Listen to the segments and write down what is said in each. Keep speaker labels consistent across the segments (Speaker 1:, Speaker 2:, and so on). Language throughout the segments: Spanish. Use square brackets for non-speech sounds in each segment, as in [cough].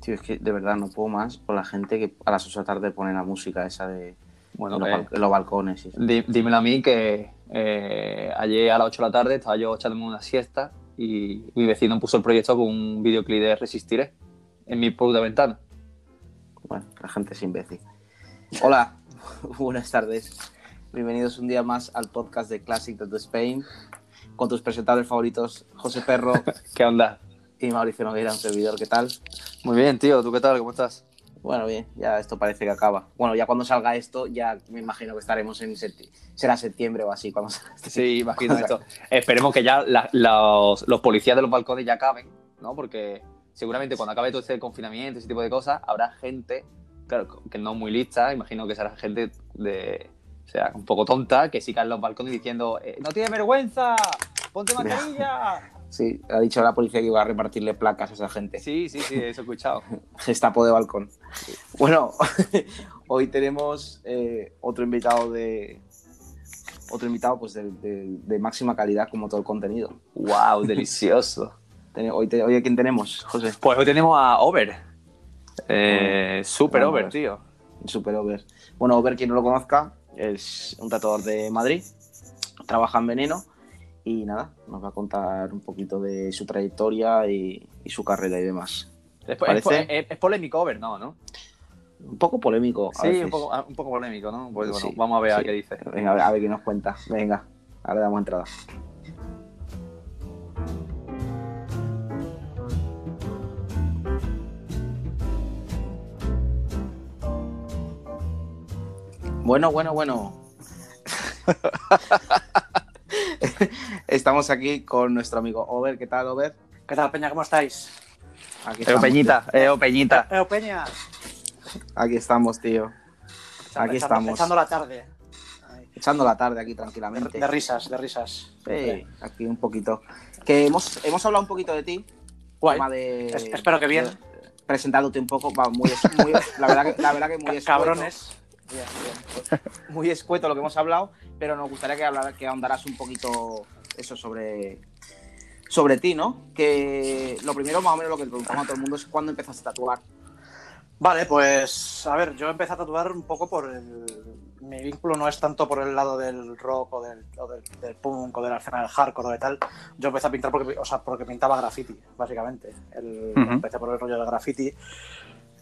Speaker 1: Tío, es que de verdad no puedo más con la gente que a las 8 de la tarde pone la música esa de
Speaker 2: Bueno,
Speaker 1: los,
Speaker 2: eh,
Speaker 1: bal- los balcones. y eso.
Speaker 2: Dí- dímelo a mí que eh, ayer a las 8 de la tarde estaba yo echándome una siesta y mi vecino puso el proyecto con un videoclip de Resistiré en mi puta ventana.
Speaker 1: Bueno, la gente es imbécil. Hola, [laughs] buenas tardes. Bienvenidos un día más al podcast de Classic de Spain con tus presentadores favoritos, José Perro
Speaker 2: ¿Qué onda?
Speaker 1: y Mauricio Noguera, un servidor. ¿Qué tal?
Speaker 2: Muy bien, tío. ¿Tú qué tal? ¿Cómo estás?
Speaker 1: Bueno, bien, ya esto parece que acaba. Bueno, ya cuando salga esto, ya me imagino que estaremos en septiembre. Será septiembre o así. Cuando salga este-
Speaker 2: Sí, imagino
Speaker 1: Cosa-
Speaker 2: esto. Esperemos que ya la- los, los policías de los balcones ya acaben, ¿no? Porque seguramente cuando acabe todo este confinamiento, ese tipo de cosas, habrá gente, claro, que no muy lista, imagino que será gente de, o sea, un poco tonta, que siga en los balcones diciendo, eh, no tiene vergüenza,
Speaker 1: [laughs]
Speaker 2: ponte mascarilla.
Speaker 1: [laughs] Sí, ha dicho la policía que iba a repartirle placas a esa gente.
Speaker 2: sí, sí, sí, eso he escuchado.
Speaker 1: Gestapo de balcón. Bueno, [laughs] hoy tenemos eh, otro invitado de. Otro invitado pues de, de- de máxima calidad como todo el contenido.
Speaker 2: wow, delicioso.
Speaker 1: Ten- Hoy, te- hoy a quién tenemos, José,
Speaker 2: Pues hoy tenemos a Over. Eh, super
Speaker 1: Vamos a
Speaker 2: Over,
Speaker 1: ver.
Speaker 2: tío.
Speaker 1: Super Over. Bueno, Over, quien no lo conozca, es un tatuador de Madrid, trabaja en Veneno y nada, nos va a contar un poquito de su trayectoria y, y su carrera y demás.
Speaker 2: Es, po- es po-
Speaker 1: Parece-
Speaker 2: es- es polémico Over, ¿no? ¿no?
Speaker 1: Un poco polémico. a
Speaker 2: Sí,
Speaker 1: veces.
Speaker 2: un poco, ah, un poco polémico, ¿no? Pues bueno,
Speaker 1: Sí,
Speaker 2: vamos a ver a
Speaker 1: sí.
Speaker 2: qué dice.
Speaker 1: Venga, a ver, a ver qué nos cuenta. Venga, ahora damos entrada. Bueno, bueno,
Speaker 3: [laughs]
Speaker 1: bueno. Estamos aquí con nuestro amigo Over. ¿Qué tal, Over?
Speaker 3: ¿Qué tal, Peña? ¿Cómo estáis?
Speaker 1: Aquí
Speaker 2: Eo Peñita, Eo Peñita.
Speaker 3: Eh, Peña.
Speaker 1: Aquí estamos, tío. Aquí
Speaker 3: Echando-
Speaker 1: estamos.
Speaker 3: Echando la tarde. Ay,
Speaker 1: Echando la tarde aquí
Speaker 3: De,
Speaker 1: tranquilamente.
Speaker 3: de risas, de risas.
Speaker 1: Sí, aquí un poquito. Que hemos, hemos hablado un poquito de ti.
Speaker 3: Guay.
Speaker 1: tema de-
Speaker 3: Es- espero que bien.
Speaker 1: de- presentándote un poco. va, muy, es- muy- la, verdad que, la verdad que [laughs] muy escueto.
Speaker 3: Cabrones.
Speaker 1: Bien, bien. Muy escueto lo que hemos hablado, pero nos gustaría que, hablar, que ahondaras un poquito eso sobre, sobre ti, ¿no? Que lo primero, más o menos, lo que le preguntamos a todo el mundo es cuándo empezaste a tatuar.
Speaker 3: Vale, pues a ver, yo empecé a tatuar un poco por el... Mi vínculo no es tanto por el lado del rock o del, o del, del punk o de la escena del hardcore o de tal. Yo empecé a pintar porque, o sea, porque pintaba graffiti, básicamente. El-
Speaker 2: Ujú.
Speaker 3: Empecé por el rollo del graffiti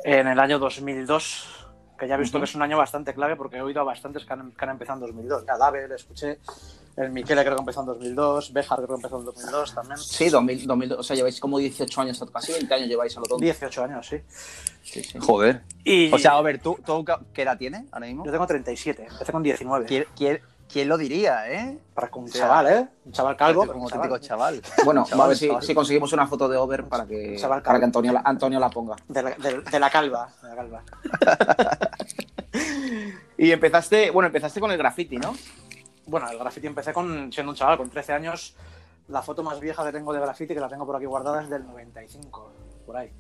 Speaker 3: en el año 2002, que ya he visto
Speaker 1: Ujú.
Speaker 3: que es un año bastante clave porque he oído a bastantes que han, que han empezado en 2002. Ya Dave, le escuché, el Michele creo que empezó en 2002, Bejar creo que empezó en 2002 también.
Speaker 1: Sí, 2000, 2000, o sea, lleváis como 18 años, casi 20 años lleváis a lo tonto.
Speaker 3: 18 años, sí.
Speaker 1: Sí, sí.
Speaker 2: Joder.
Speaker 3: Y
Speaker 2: O sea, Over, ¿tú, tú qué- qué edad tienes ahora mismo?
Speaker 3: yo tengo 37, empecé con 19.
Speaker 2: ¿Quién, quién- quién lo diría, eh?
Speaker 3: Para con un
Speaker 2: O sea,
Speaker 3: chaval, ¿eh? Un chaval calvo. pero
Speaker 2: Como
Speaker 3: un
Speaker 2: auténtico
Speaker 3: chaval.
Speaker 2: chaval.
Speaker 1: Bueno,
Speaker 2: Chaval,
Speaker 1: va a ver si,
Speaker 2: chaval.
Speaker 1: si conseguimos una foto de Over para que,
Speaker 3: Chaval,
Speaker 1: para que Antonio, la- Antonio la ponga.
Speaker 3: De la, de- de la calva. De la calva.
Speaker 1: Y empezaste, bueno, empezaste con el graffiti, ¿no?
Speaker 3: Bueno, el graffiti empecé con, siendo un chaval con 13 años. La foto más vieja que tengo de graffiti, que la tengo por aquí guardada, es del 95, por ahí.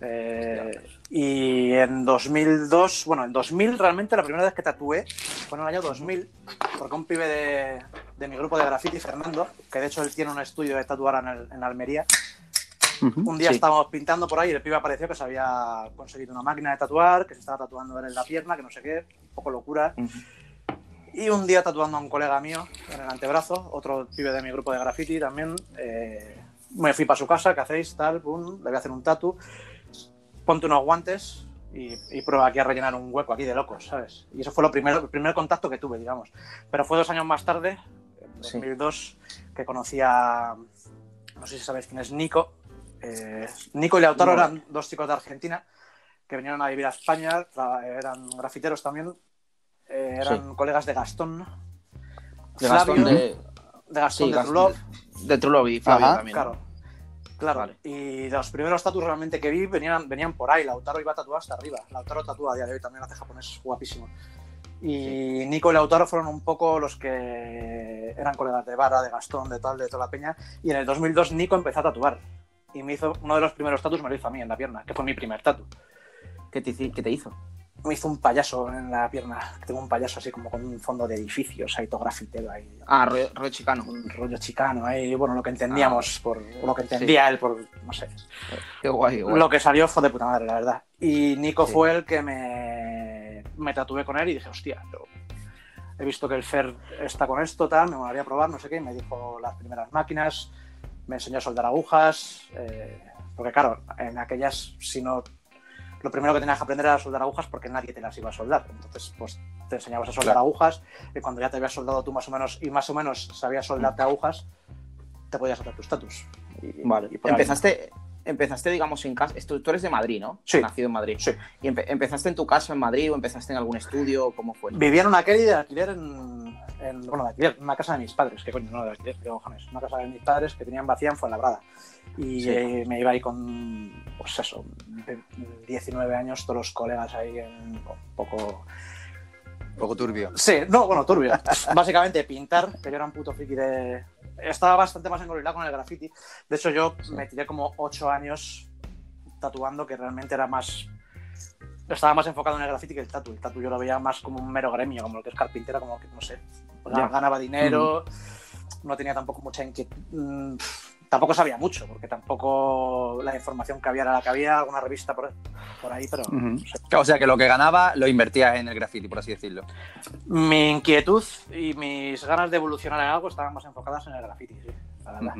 Speaker 3: Eh, y en 2002, bueno, en 2000 realmente la primera vez que tatué fue en el año 2000, porque un pibe de, de mi grupo de graffiti, Fernando, que de hecho él tiene un estudio de tatuar en, el- en Almería, Un día
Speaker 1: Sí.
Speaker 3: estábamos pintando por ahí y el pibe apareció que se había conseguido una máquina de tatuar, que se estaba tatuando él en la pierna, que no sé qué, un poco locura. Y un día tatuando a un colega mío en el antebrazo, otro pibe de mi grupo de graffiti también, eh, me fui para su casa, ¿qué hacéis? Tal, pum, le voy a hacer un tatu, ponte unos guantes y, y prueba aquí a rellenar un hueco aquí de locos, ¿sabes? Y eso fue lo primero, el primer contacto que tuve, digamos. Pero fue dos años más tarde, en
Speaker 1: Sí.
Speaker 3: 2002, que conocí a, no sé si sabéis quién es Nico. Eh, Nico y Lautaro
Speaker 1: No.
Speaker 3: eran dos chicos de Argentina que vinieron a vivir a España, tra- eran grafiteros también, eh, eran colegas de Gastón.
Speaker 1: De Gastón,
Speaker 3: Flavio,
Speaker 1: de,
Speaker 3: de Gastón
Speaker 1: sí,
Speaker 3: de
Speaker 1: Gastón,
Speaker 3: Trulov,
Speaker 1: de- de True Love y Flavio
Speaker 2: Ajá,
Speaker 1: también. ¿no?
Speaker 3: Claro. Claro,
Speaker 1: Vale.
Speaker 3: y los primeros tatuajes realmente que vi venían, venían por ahí. Lautaro iba tatuado hasta arriba. Lautaro tatúa a día de hoy también hace japonés guapísimo. Y Nico y Lautaro fueron un poco los que eran colegas de Vara, de Gastón, de tal, de toda la peña. Y en el 2002 Nico empezó a tatuar. Y me hizo uno de los primeros tatus, me lo hizo a mí en la pierna, que fue mi primer tatu.
Speaker 1: ¿Qué, te, hici- qué te hizo?
Speaker 3: me hizo un payaso en la pierna. Tengo un payaso así como con un fondo de edificios, ahí todo grafitero, ahí,
Speaker 1: Ah, rollo, rollo chicano.
Speaker 3: un rollo chicano, ahí, bueno, lo que entendíamos, por lo que entendía él, por, no sé.
Speaker 1: Qué guay, qué guay.
Speaker 3: Lo que salió fue de puta madre, la verdad. Y Nico
Speaker 4: Sí.
Speaker 3: fue el que me, me tatué con él y dije, hostia, yo he visto que el Fer está con esto, tal, me molaría probar, no sé qué, y me dijo las primeras máquinas, me enseñó a soldar agujas, eh, porque claro, en aquellas, si no, lo primero que tenías que aprender era soldar agujas porque nadie te las iba a soldar, entonces pues te enseñabas a soldar
Speaker 4: Claro.
Speaker 3: agujas y cuando ya te habías soldado tú más o menos y más o menos sabías soldarte
Speaker 4: Mm.
Speaker 3: agujas, te podías hacer tu status. Y-
Speaker 1: Vale.
Speaker 3: y por ahí.
Speaker 1: Empezaste, empezaste, digamos, en casa. Tú, tú eres de Madrid, ¿no?
Speaker 3: Sí.
Speaker 1: Nacido en Madrid.
Speaker 3: Sí.
Speaker 1: ¿Y empe- empezaste en tu casa en Madrid o empezaste en algún estudio? ¿Cómo fue?
Speaker 3: Vivía en una calle de alquiler en, en- Bueno, de alquiler, en una casa de mis padres, que coño, no de alquiler, qué cojones. Una casa de mis padres que tenían vacía en Fuenlabrada. Y
Speaker 1: Sí.
Speaker 3: eh, me iba ahí con, pues eso, de- 19 años, todos los colegas ahí en un poco.
Speaker 4: Un poco turbio.
Speaker 3: Sí, no, bueno, turbio. [laughs] Básicamente pintar, que yo era un puto friki de. Estaba bastante más engorilado con el graffiti. De hecho, yo me tiré como 8 años tatuando, que realmente era más. Estaba más enfocado en el graffiti que el tatu. El tatu yo lo veía más como un mero gremio, como lo que es carpintera, como que no sé. O sea,
Speaker 1: Ya.
Speaker 3: ganaba dinero, no tenía tampoco mucha inquietud. mm, Tampoco sabía mucho, porque tampoco la información que había era la que había, alguna revista por, por ahí, pero.
Speaker 2: O sea, que lo que ganaba lo invertías en el graffiti, por así decirlo.
Speaker 3: Mi inquietud y mis ganas de evolucionar en algo estaban más enfocadas en el graffiti, sí, la verdad.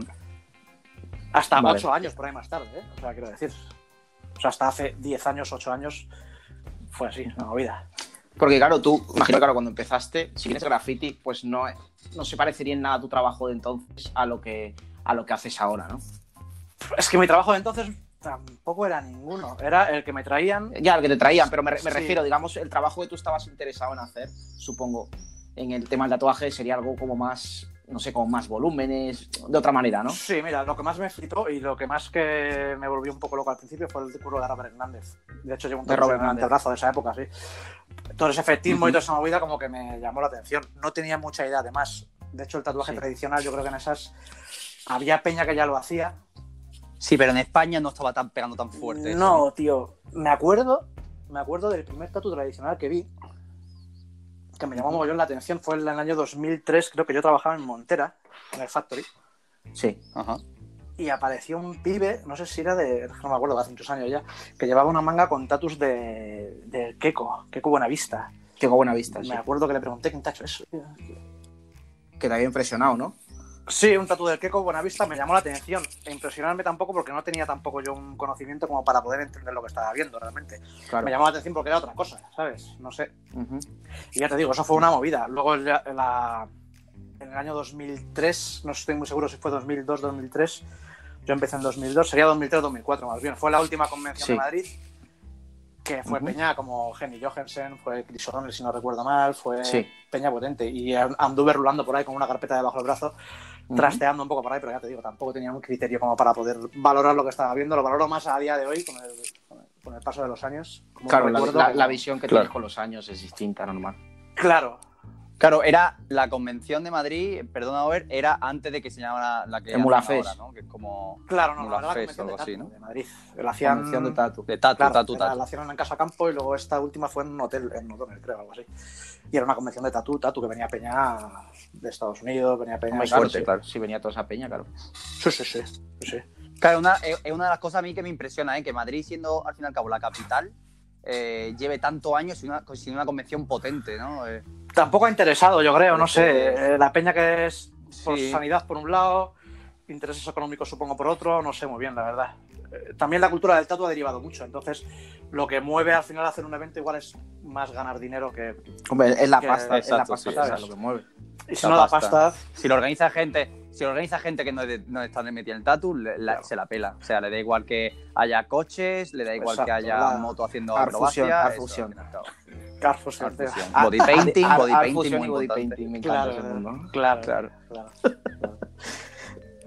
Speaker 3: Hasta
Speaker 1: Vale.
Speaker 3: ocho años por ahí más tarde, ¿eh? O sea, quiero decir. O sea, hasta hace 10 años, 8 años, fue así, una movida.
Speaker 1: Porque claro, tú, imagino claro, cuando empezaste, si tienes graffiti, pues no, no se parecería en nada tu trabajo de entonces a lo que a lo que haces ahora, ¿no?
Speaker 3: Es que mi trabajo de entonces tampoco era ninguno. Era el que me traían.
Speaker 1: Ya, lo que te traían, pero me, re- me
Speaker 3: Sí.
Speaker 1: refiero, digamos, el trabajo que tú estabas interesado en hacer, supongo, en el tema del tatuaje sería algo como más, no sé, con más volúmenes, de otra manera, ¿no?
Speaker 3: Sí, mira, lo que más me flipó y lo que más que me volvió un poco loco al principio fue el curro de Robert Hernández. De hecho, llevo un
Speaker 1: De
Speaker 3: tatuaje
Speaker 1: Robert
Speaker 3: en el
Speaker 1: Hernández.
Speaker 3: antebrazo de esa época, sí. Todo ese efectismo y toda esa movida como que me llamó la atención. No tenía mucha idea, además. De hecho, el tatuaje
Speaker 1: Sí.
Speaker 3: tradicional, yo creo que en esas había peña que ya lo hacía.
Speaker 2: Sí, pero en España no estaba tan pegando tan fuerte. eso,
Speaker 3: No, tío. Me acuerdo, me acuerdo del primer tatu tradicional que vi, que me llamó mogollón la atención, fue en el año 2003, creo que yo trabajaba en Montera, en el Factory.
Speaker 1: Sí.
Speaker 2: Ajá.
Speaker 3: y apareció un pibe, no sé si era de, no me acuerdo, de hace muchos años ya, que llevaba una manga con tatus de, de Keiko, Keiko Buenavista.
Speaker 1: Qué buena vista, Ah, sí.
Speaker 3: Me acuerdo que le pregunté quién tacho eso.
Speaker 1: Que te había impresionado, ¿no?
Speaker 3: Sí, un tatu del Keiko Buenavista me llamó la atención. E impresionarme tampoco porque no tenía tampoco yo un conocimiento como para poder entender lo que estaba viendo realmente.
Speaker 1: Claro.
Speaker 3: Me llamó la atención porque era otra cosa, ¿sabes? No sé.
Speaker 1: Ujú.
Speaker 3: Y ya te digo, eso fue una movida. Luego en, la- en la- en el año 2003, no estoy muy seguro si fue 2002, 2003. Yo empecé en 2002, sería 2003, 2004 más bien. Fue la última convención
Speaker 1: Sí.
Speaker 3: de Madrid, que fue
Speaker 1: Ujú.
Speaker 3: Peña como Jenny Johansen, fue Chris O'Donnell, si no recuerdo mal, fue
Speaker 1: Sí.
Speaker 3: Peña potente. Y an- anduve rulando por ahí con una carpeta debajo del brazo,
Speaker 1: Ujú.
Speaker 3: trasteando un poco por ahí, pero ya te digo, tampoco tenía un criterio como para poder valorar lo que estaba viendo. Lo valoro más a día de hoy, con el, con el paso de los años. como
Speaker 1: Claro,
Speaker 3: un
Speaker 1: la,
Speaker 3: recuerdo
Speaker 1: la-
Speaker 3: que-
Speaker 1: la visión que
Speaker 4: Claro.
Speaker 1: tienes con los años es distinta, normal.
Speaker 3: Claro,
Speaker 2: Claro, era la convención de Madrid, perdona, Over, era antes de que se llamara la que
Speaker 1: En Mulafés.
Speaker 2: hacen ahora, ¿no? Que es como
Speaker 3: Claro, no,
Speaker 2: Como
Speaker 3: la
Speaker 2: la
Speaker 3: verdad
Speaker 2: Fest o
Speaker 3: convención de
Speaker 2: algo así,
Speaker 3: Tatu,
Speaker 2: ¿no?
Speaker 3: de Madrid. La hacían,
Speaker 1: Convención de tatu.
Speaker 2: de tatu,
Speaker 3: claro,
Speaker 2: tatu,
Speaker 3: era-
Speaker 2: tatu.
Speaker 3: la hacían en Casa Campo y luego esta última fue en un hotel, en O'Donnell, creo, algo así. Y era una convención de tatu, tatu, que venía Peña de Estados Unidos, venía Peña
Speaker 1: Hombre,
Speaker 3: claro,
Speaker 1: claro,
Speaker 2: fuerte,
Speaker 1: sí.
Speaker 2: claro.
Speaker 1: Si venía toda esa peña, claro.
Speaker 3: Sí, sí, sí. sí, sí.
Speaker 2: Claro, una- eh, es es una de las cosas a mí que me impresiona, ¿eh? que Madrid, siendo al fin y al cabo la capital, eh, lleve tantos años sin una, sin una convención potente, ¿no? Eh,
Speaker 3: Tampoco ha interesado, yo creo, no
Speaker 2: Sí.
Speaker 3: sé. eh, La Peña que es por
Speaker 2: Sí.
Speaker 3: sanidad por un lado, intereses económicos supongo por otro, no sé muy bien, la verdad. Eh, También la cultura del tatu ha derivado mucho, entonces lo que mueve al final a hacer un evento igual es más ganar dinero que...
Speaker 1: Hombre, es la
Speaker 3: Que-
Speaker 1: pasta, es la
Speaker 2: exacto,
Speaker 1: pasta,
Speaker 2: sí,
Speaker 1: ¿sabes?
Speaker 3: exacto.
Speaker 1: Lo que mueve.
Speaker 3: Y si
Speaker 2: La
Speaker 3: no da
Speaker 2: pasta.
Speaker 3: pasta,
Speaker 2: si lo organiza gente, si lo organiza gente que no, es de- no está metida en el tatu, le- la-
Speaker 3: Claro.
Speaker 2: se la pela. O sea, le da igual que haya coches, le da igual
Speaker 3: Exacto,
Speaker 2: que haya
Speaker 3: la-
Speaker 2: moto haciendo
Speaker 1: Art fusion,
Speaker 2: acrobacia.
Speaker 1: art
Speaker 2: eso,
Speaker 1: fusion.
Speaker 2: al fin y al cabo.
Speaker 3: Carrefour, sí,
Speaker 2: Art fusion.
Speaker 3: Ah,
Speaker 2: Body painting,
Speaker 1: Art-
Speaker 2: body
Speaker 1: art
Speaker 2: painting,
Speaker 1: fusion
Speaker 2: muy
Speaker 1: y body
Speaker 2: importante.
Speaker 1: painting, me encanta
Speaker 3: Claro,
Speaker 1: ese mundo. ¿no?
Speaker 3: claro,
Speaker 2: Claro.
Speaker 3: claro.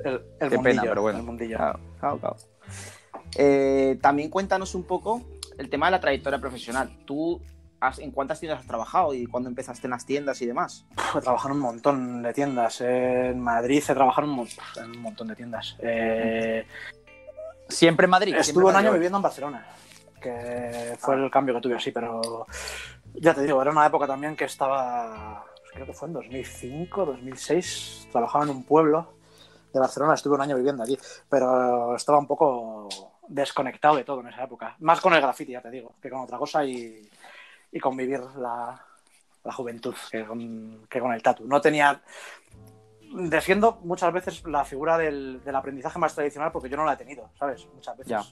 Speaker 3: El, el
Speaker 2: Qué
Speaker 3: mundillo,
Speaker 2: pena, pero bueno. Ah.
Speaker 3: El mundillo.
Speaker 1: Claro, claro, claro. Eh, también cuéntanos un poco el tema de la trayectoria profesional. ¿Tú has- en cuántas tiendas has trabajado y cuándo empezaste en las tiendas y demás?
Speaker 3: Puf, he trabajado en un montón de tiendas. En Madrid he trabajado en un, mon- en un montón de tiendas. Eh,
Speaker 2: Siempre en Madrid. siempre
Speaker 3: estuve
Speaker 2: en
Speaker 3: un año
Speaker 2: Madrid.
Speaker 3: viviendo en Barcelona. que fue el cambio que tuve así, pero ya te digo, era una época también que estaba, creo que fue en 2005, 2006, trabajaba en un pueblo de Barcelona, estuve un año viviendo allí, pero estaba un poco desconectado de todo en esa época, más con el graffiti, ya te digo, que con otra cosa y, y convivir la, la juventud que con, que con el tatu. No tenía... Defiendo muchas veces la figura del, del aprendizaje más tradicional porque yo no la he tenido, ¿sabes? Muchas veces.
Speaker 4: Ya.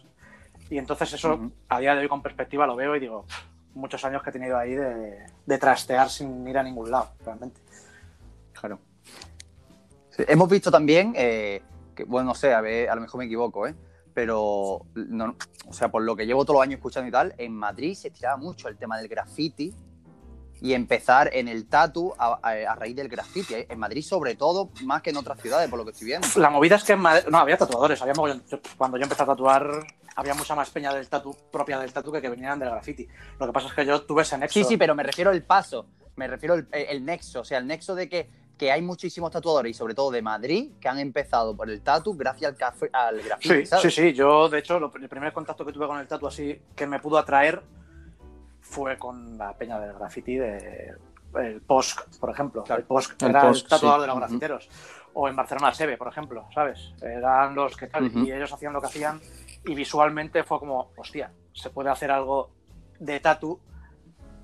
Speaker 3: Y entonces eso, a día de hoy con perspectiva, lo veo y digo, muchos años que he tenido ahí de, de trastear sin ir a ningún lado, realmente.
Speaker 2: Claro. Sí, hemos visto también, eh, que, bueno, no sé, a, ver, a lo mejor me equivoco, ¿eh? pero, no, o sea, por lo que llevo todos los años escuchando y tal, en Madrid se estiraba mucho el tema del graffiti y empezar en el tatu a, a- a raíz del graffiti. ¿eh? En Madrid, sobre todo, más que en otras ciudades, por lo que estoy viendo.
Speaker 3: La movida es que en Madrid, no, había tatuadores, había mogollón- yo, pff, cuando yo empecé a tatuar había mucha más peña del tatu, propia del tatu que que venían del graffiti. Lo que pasa es que yo tuve ese nexo.
Speaker 2: Sí, sí, pero me refiero al paso, me refiero al el nexo, o sea, el nexo de que, que hay muchísimos tatuadores y sobre todo de Madrid que han empezado por el tatu gracias al, café- al graffiti,
Speaker 3: Sí,
Speaker 2: ¿sabes?
Speaker 3: sí, sí, yo de hecho lo- el primer contacto que tuve con el tatu así que me pudo atraer fue con la peña del graffiti de el POSC, por ejemplo.
Speaker 2: Claro.
Speaker 3: El POSC
Speaker 4: El
Speaker 3: era
Speaker 4: POSC,
Speaker 3: el tatuador
Speaker 4: sí.
Speaker 3: de los
Speaker 4: Ujú.
Speaker 3: grafiteros. O en Barcelona Seve, por ejemplo, ¿sabes? Eran los que tal,
Speaker 4: Ujú.
Speaker 3: y ellos hacían lo que hacían y visualmente fue como, hostia, se puede hacer algo de tatu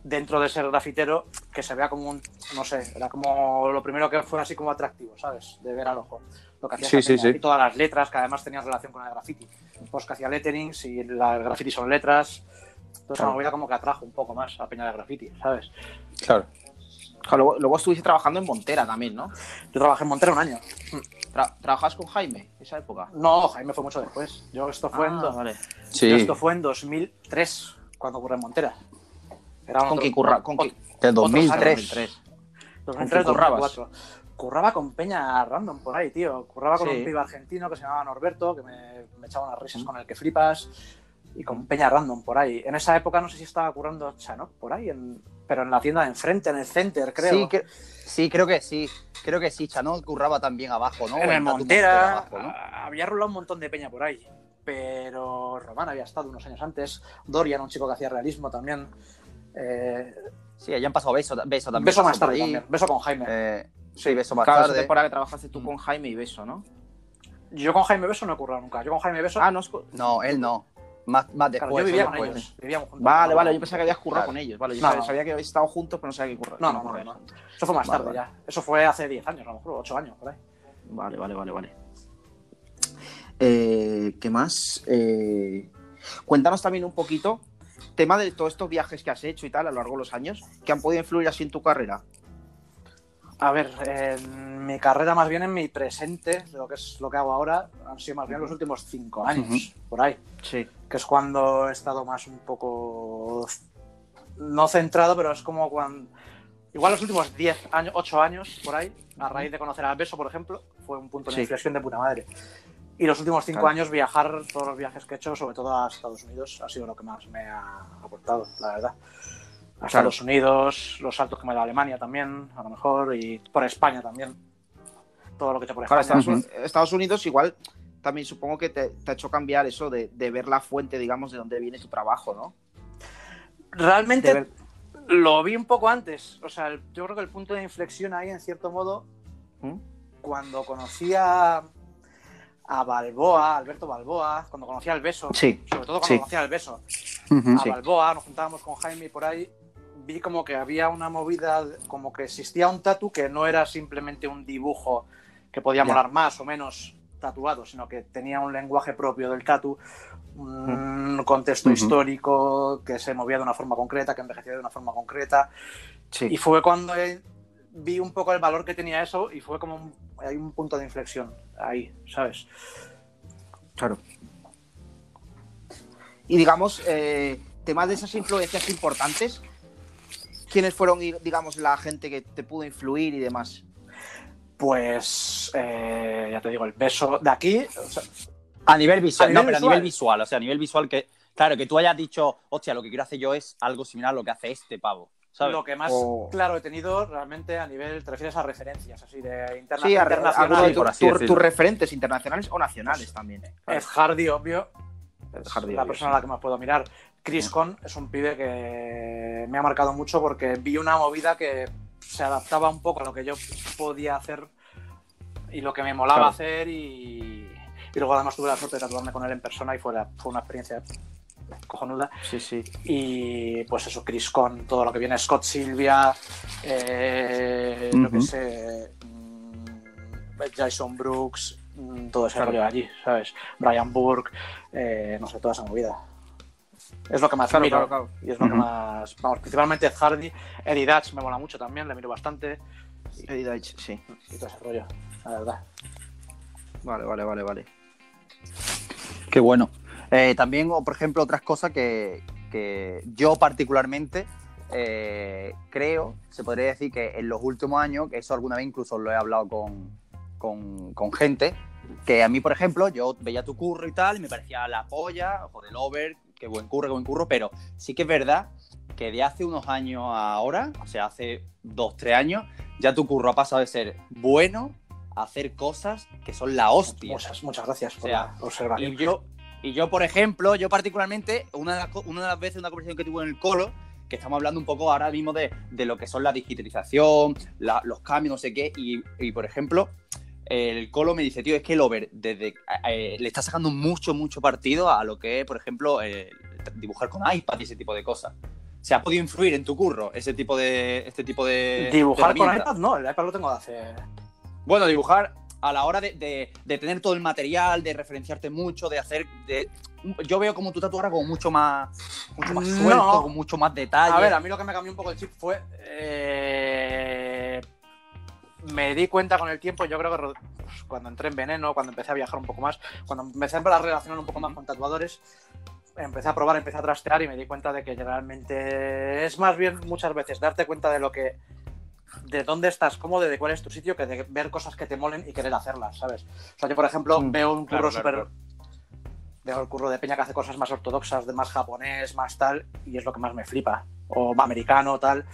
Speaker 3: dentro de ser grafitero que se vea como un, no sé, era como lo primero que fue así como atractivo, ¿sabes? De ver al ojo. Lo que hacía
Speaker 4: Sí,
Speaker 3: esa
Speaker 4: sí,
Speaker 3: peña.
Speaker 4: sí.
Speaker 3: Y todas las letras que además tenían relación con el graffiti. Pues que hacía letterings y la, el graffiti son letras. Entonces la
Speaker 4: Claro.
Speaker 3: movida como que atrajo un poco más a Peña de Graffiti, ¿sabes?
Speaker 4: Claro.
Speaker 1: Claro, luego, luego estuviste trabajando en Montera también, ¿no?
Speaker 3: Yo trabajé en Montero un año.
Speaker 1: Tra- ¿Trabajabas con Jaime esa época?
Speaker 3: No, Jaime fue mucho después. Yo esto fue, en,
Speaker 1: Ah,
Speaker 3: dos-
Speaker 1: vale.
Speaker 4: Sí.
Speaker 3: yo esto fue en 2003 cuando ocurre en Montera. Era
Speaker 1: ¿Con
Speaker 3: otro-
Speaker 1: qué curra? ¿Con qué?
Speaker 2: Del
Speaker 3: Otros
Speaker 2: 2003.
Speaker 3: años.
Speaker 1: ¿Con
Speaker 3: 2003,
Speaker 1: quién currabas?
Speaker 3: 2004. Curraba con Peña random por ahí, tío. Curraba con
Speaker 1: Sí.
Speaker 3: un pibe argentino que se llamaba Norberto, que me, me echaba unas risas con el que flipas. Y con Peña random por ahí. En esa época no sé si estaba currando Chanok por ahí, en- pero en la tienda de enfrente, en el center, creo.
Speaker 2: Sí, cre- sí, creo que sí, creo que sí, Chanot curraba también abajo, ¿no?
Speaker 3: en el
Speaker 2: tatu
Speaker 3: Montera.
Speaker 2: abajo, ¿no?
Speaker 3: a- Había rulado un montón de Peña por ahí. Pero Román había estado unos años antes. Dorian, un chico que hacía realismo también. Eh,
Speaker 2: Sí, allá han pasado beso, beso también.
Speaker 3: beso
Speaker 2: pasó
Speaker 3: más
Speaker 2: por
Speaker 3: tarde
Speaker 2: ahí.
Speaker 3: también. Beso con Jaime.
Speaker 2: Eh, sí, beso más
Speaker 1: claro, esa
Speaker 2: tarde.
Speaker 1: temporada que trabajaste tú
Speaker 2: Mm.
Speaker 1: con Jaime y Beso, ¿no?
Speaker 3: Yo con Jaime Beso no he currado nunca. Yo con Jaime Beso
Speaker 1: Ah, pues no. es cu-
Speaker 2: No, él no. Más, más
Speaker 3: Claro,
Speaker 2: después.
Speaker 3: yo vivía con
Speaker 2: después.
Speaker 3: ellos. Vivíamos juntos.
Speaker 1: Vale,
Speaker 3: No,
Speaker 1: vale,
Speaker 3: no,
Speaker 1: yo pensaba que habías currado
Speaker 2: Claro.
Speaker 1: con ellos. Vale, yo
Speaker 3: No,
Speaker 1: sabía,
Speaker 3: no.
Speaker 1: sabía que habéis estado juntos, pero no sabía que curra-
Speaker 3: No,
Speaker 1: que
Speaker 3: no, no,
Speaker 1: curráis
Speaker 3: no, no.
Speaker 1: juntos.
Speaker 3: Eso fue más
Speaker 1: Vale,
Speaker 3: tarde
Speaker 1: vale.
Speaker 3: ya. Eso fue hace 10 años, a lo mejor, 8 años, por ahí.
Speaker 1: Vale, vale, vale, vale. Eh, ¿Qué más? Eh, cuéntanos también un poquito tema de todos estos viajes que has hecho y tal a lo largo de los años que han podido influir así en tu carrera.
Speaker 3: A ver, en mi carrera más bien en mi presente, de lo que es lo que hago ahora, han sido más bien los últimos 5 años, por ahí.
Speaker 1: Sí.
Speaker 3: Que es cuando he estado más un poco. No centrado, pero es como cuando. Igual los últimos 10 años, 8 años, por ahí, a raíz de conocer a Beso, por ejemplo, fue un punto de
Speaker 1: Sí.
Speaker 3: inflexión de puta madre. Y los últimos 5
Speaker 1: Claro.
Speaker 3: años viajar, todos los viajes que he hecho, sobre todo a Estados Unidos, ha sido lo que más me ha aportado, la verdad. A
Speaker 1: Claro.
Speaker 3: Estados Unidos, los saltos que me da Alemania también, a lo mejor, y por España también. Todo lo que he hecho por
Speaker 1: Claro,
Speaker 3: España.
Speaker 1: Estados, Uni- Estados Unidos igual también supongo que te, te ha hecho cambiar eso de, de ver la fuente, digamos, de dónde viene tu trabajo, ¿no?
Speaker 3: Realmente
Speaker 1: De ver-
Speaker 3: Lo vi un poco antes. O sea, el- yo creo que el punto de inflexión ahí, en cierto modo,
Speaker 1: ¿Mm?
Speaker 3: cuando conocí a, a Balboa, Alberto Balboa, cuando conocí al Beso,
Speaker 1: Sí.
Speaker 3: sobre todo cuando
Speaker 1: Sí.
Speaker 3: conocí al Beso,
Speaker 2: Ujú.
Speaker 3: a
Speaker 1: Mm, Sí.
Speaker 3: Balboa, nos juntábamos con Jaime y por ahí, vi como que había una movida, como que existía un tatu que no era simplemente un dibujo que podía
Speaker 1: Ya.
Speaker 3: molar más o menos tatuado, sino que tenía un lenguaje propio del tatu, un
Speaker 1: Mm.
Speaker 3: contexto
Speaker 4: Ujú.
Speaker 3: histórico que se movía de una forma concreta, que envejecía de una forma concreta. Y
Speaker 1: Sí.
Speaker 3: fue cuando eh, vi un poco el valor que tenía eso y fue como un, hay un punto de inflexión ahí, ¿sabes?
Speaker 1: Claro. Y digamos, eh, temas de esas influencias importantes, ¿quiénes fueron, y- digamos, la gente que te pudo influir y demás?
Speaker 3: Pues eh, ya te digo, el beso de aquí, o sea,
Speaker 2: A nivel visual,
Speaker 3: A nivel
Speaker 2: no, pero
Speaker 3: visual.
Speaker 2: a nivel visual, o sea, a nivel visual que, claro, que tú hayas dicho, hostia, lo que quiero hacer yo es algo similar a lo que hace este pavo, ¿sabes?
Speaker 3: lo que más
Speaker 1: O-
Speaker 3: claro he tenido realmente a nivel, te refieres a referencias así de interna
Speaker 1: Sí, a- alguno de
Speaker 3: internacional.
Speaker 1: tu-
Speaker 2: por así
Speaker 1: tu-
Speaker 2: decirlo.
Speaker 1: tus referentes internacionales o nacionales también. eh.
Speaker 3: Ed Hardy, obvio,
Speaker 1: Ed
Speaker 3: es
Speaker 1: Hardy,
Speaker 3: la
Speaker 1: obvio,
Speaker 3: persona
Speaker 1: sí. Mm.
Speaker 3: a la que más puedo mirar. Chris Con es un pibe que me ha marcado mucho porque vi una movida que se adaptaba un poco a lo que yo podía hacer y lo que me molaba
Speaker 4: Claro.
Speaker 3: hacer y, y luego además tuve la suerte de tatuarme con él en persona y fue, la- fue una experiencia cojonuda
Speaker 1: Sí, sí.
Speaker 3: y pues eso, Chris Con, todo lo que viene, Scott Silvia, eh, lo que
Speaker 2: Ujú.
Speaker 3: sé, mm, Jason Brooks, mm, todo ese
Speaker 1: Claro.
Speaker 3: rollo allí, ¿sabes? Brian Burke, eh, no sé, toda esa movida. Es lo que más
Speaker 1: Claro,
Speaker 3: miro
Speaker 1: claro, claro.
Speaker 3: y es lo que
Speaker 2: Ujú.
Speaker 3: más, vamos, principalmente Hardy, Eddie Dutch me mola mucho también, le miro bastante
Speaker 1: Eddie Deitch, sí.
Speaker 3: y todo ese rollo, la verdad.
Speaker 1: Vale, vale, vale, vale.
Speaker 2: Qué bueno. Eh, también, o, por ejemplo, otras cosas que, que yo particularmente eh, creo, se podría decir que en los últimos años, que eso alguna vez incluso lo he hablado con, con- con gente, que a mí, por ejemplo, yo veía tu curro y tal, y me parecía la polla, o del over, qué buen curro, qué buen curro, pero sí que es verdad que de hace unos años a ahora, o sea, hace dos, tres años, ya tu curro ha pasado de ser bueno a hacer cosas que son la hostia.
Speaker 3: Muchas, muchas gracias por
Speaker 2: O sea,
Speaker 3: la observación.
Speaker 2: Y yo, y yo, por ejemplo, yo particularmente, una de, las, co- una de las veces, una conversación que tuve en el colo, que estamos hablando un poco ahora mismo de, de lo que son la digitalización, la- los cambios, no sé qué, y, y, por ejemplo, el colo me dice, tío, es que el over desde, eh, le está sacando mucho, mucho partido a lo que es, por ejemplo, eh, dibujar con iPad y ese tipo de cosas. ¿Se ha podido influir en tu curro ese tipo de, este tipo de...
Speaker 3: Dibujar
Speaker 2: de
Speaker 3: con
Speaker 2: herramientas?
Speaker 3: iPad, no, el iPad lo tengo de hace
Speaker 2: Bueno, dibujar a la hora de, de- de tener todo el material, de referenciarte mucho, de hacer. de- yo veo como tú tatuaras como mucho más, mucho más
Speaker 3: No.
Speaker 2: suelto, con mucho más detalle.
Speaker 3: A ver, a mí lo que me cambió un poco el chip fue. eh, me di cuenta con el tiempo, yo creo que ro- pues, cuando entré en Veneno, cuando empecé a viajar un poco más, cuando empecé a relacionar un poco más con tatuadores, empecé a probar, empecé a trastear y me di cuenta de que realmente es más bien muchas veces darte cuenta de lo que. de dónde estás cómodo, y de cuál es tu sitio, que de ver cosas que te molen y querer hacerlas, ¿sabes? O sea, yo, por ejemplo,
Speaker 2: Mm,
Speaker 3: veo un curro
Speaker 4: claro, claro,
Speaker 3: súper
Speaker 4: claro.
Speaker 3: veo el curro de Peña que hace cosas más ortodoxas, de más japonés, más tal, y es lo que más me flipa. O más americano, tal,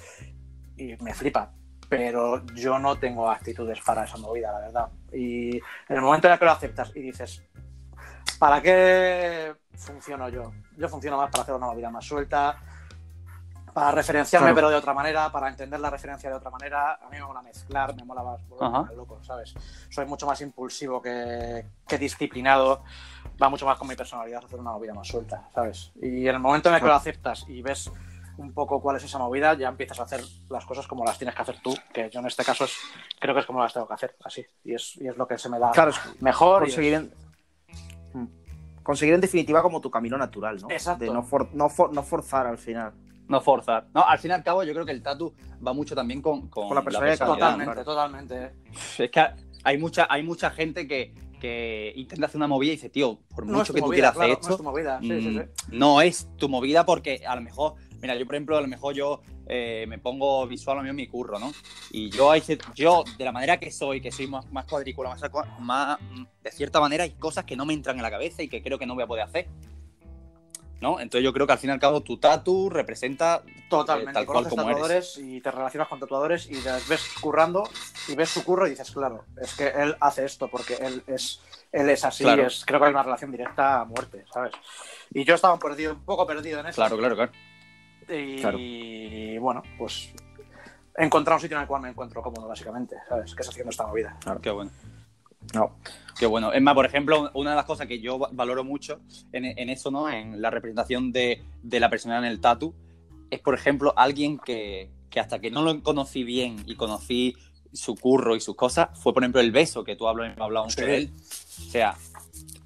Speaker 3: y me flipa. Pero yo no tengo actitudes para esa movida, la verdad. Y en el momento en el que lo aceptas y dices, ¿para qué funciono yo? Yo funciono más para hacer una movida más suelta, para referenciarme,
Speaker 1: Claro.
Speaker 3: pero de otra manera, para entender la referencia de otra manera. A mí me mola mezclar, me mola más, volverme
Speaker 2: Ajá.
Speaker 3: más loco, ¿sabes? Soy mucho más impulsivo que, que disciplinado va mucho más con mi personalidad hacer una movida más suelta, ¿sabes? Y en el momento en el que lo aceptas y ves un poco cuál es esa movida, ya empiezas a hacer las cosas como las tienes que hacer tú, que yo en este caso es- creo que es como las tengo que hacer, así. Y es, y es lo que se me da
Speaker 1: Claro,
Speaker 3: Ah, mejor. y es-
Speaker 1: conseguir en... Mm. conseguir en definitiva como tu camino natural, ¿no?
Speaker 3: Exacto.
Speaker 1: De no, for- no for- no forzar al final.
Speaker 2: No forzar. No, al fin y al cabo, yo creo que el tatu va mucho también con,
Speaker 1: Con la personalidad de cada
Speaker 2: personalidad,
Speaker 3: Totalmente,
Speaker 1: claro.
Speaker 3: totalmente.
Speaker 2: ¿no? Es que hay mucha, hay mucha gente que, que intenta hacer una movida y dice, tío, por
Speaker 3: No es
Speaker 2: mucho
Speaker 3: tu
Speaker 2: que tú
Speaker 3: movida,
Speaker 2: quieras
Speaker 3: claro,
Speaker 2: hacer esto,
Speaker 3: No es tu movida, sí, sí, sí.
Speaker 2: mm, no es tu movida porque a lo mejor, mira, yo por ejemplo, a lo mejor yo eh, me pongo visual a mí en mi curro, ¿no? Y yo, hay cier- yo de la manera que soy, que soy más, más cuadrícula, más, acua- más, mm, de cierta manera hay cosas que no me entran en la cabeza y que creo que no voy a poder hacer. ¿No? Entonces yo creo que al fin y al cabo tu tatu representa
Speaker 3: Totalmente.
Speaker 2: eh, tal cual
Speaker 3: Conoces
Speaker 2: como eres.
Speaker 3: tatuadores y te relacionas con tatuadores y las ves currando y ves su curro y dices, claro, es que él hace esto porque él es, él es así.
Speaker 2: Claro.
Speaker 3: Es, creo que hay una relación directa a muerte, ¿sabes? Y yo estaba perdido, un poco perdido en eso.
Speaker 2: Claro, claro, claro.
Speaker 3: Y
Speaker 2: claro.
Speaker 3: bueno, pues he encontrado un sitio en el cual me encuentro cómodo, básicamente, ¿sabes? Que es haciendo esta movida.
Speaker 2: Qué bueno.
Speaker 1: No.
Speaker 2: Qué bueno. Es más, por ejemplo, una de las cosas que yo va- valoro mucho en, en eso, ¿no? En la representación de, de la personalidad en el tatu, es, por ejemplo, alguien que, que hasta que no lo conocí bien y conocí su curro y sus cosas, fue, por ejemplo, el beso que tú hablas, hablabas
Speaker 3: Sí.
Speaker 2: de él. O sea,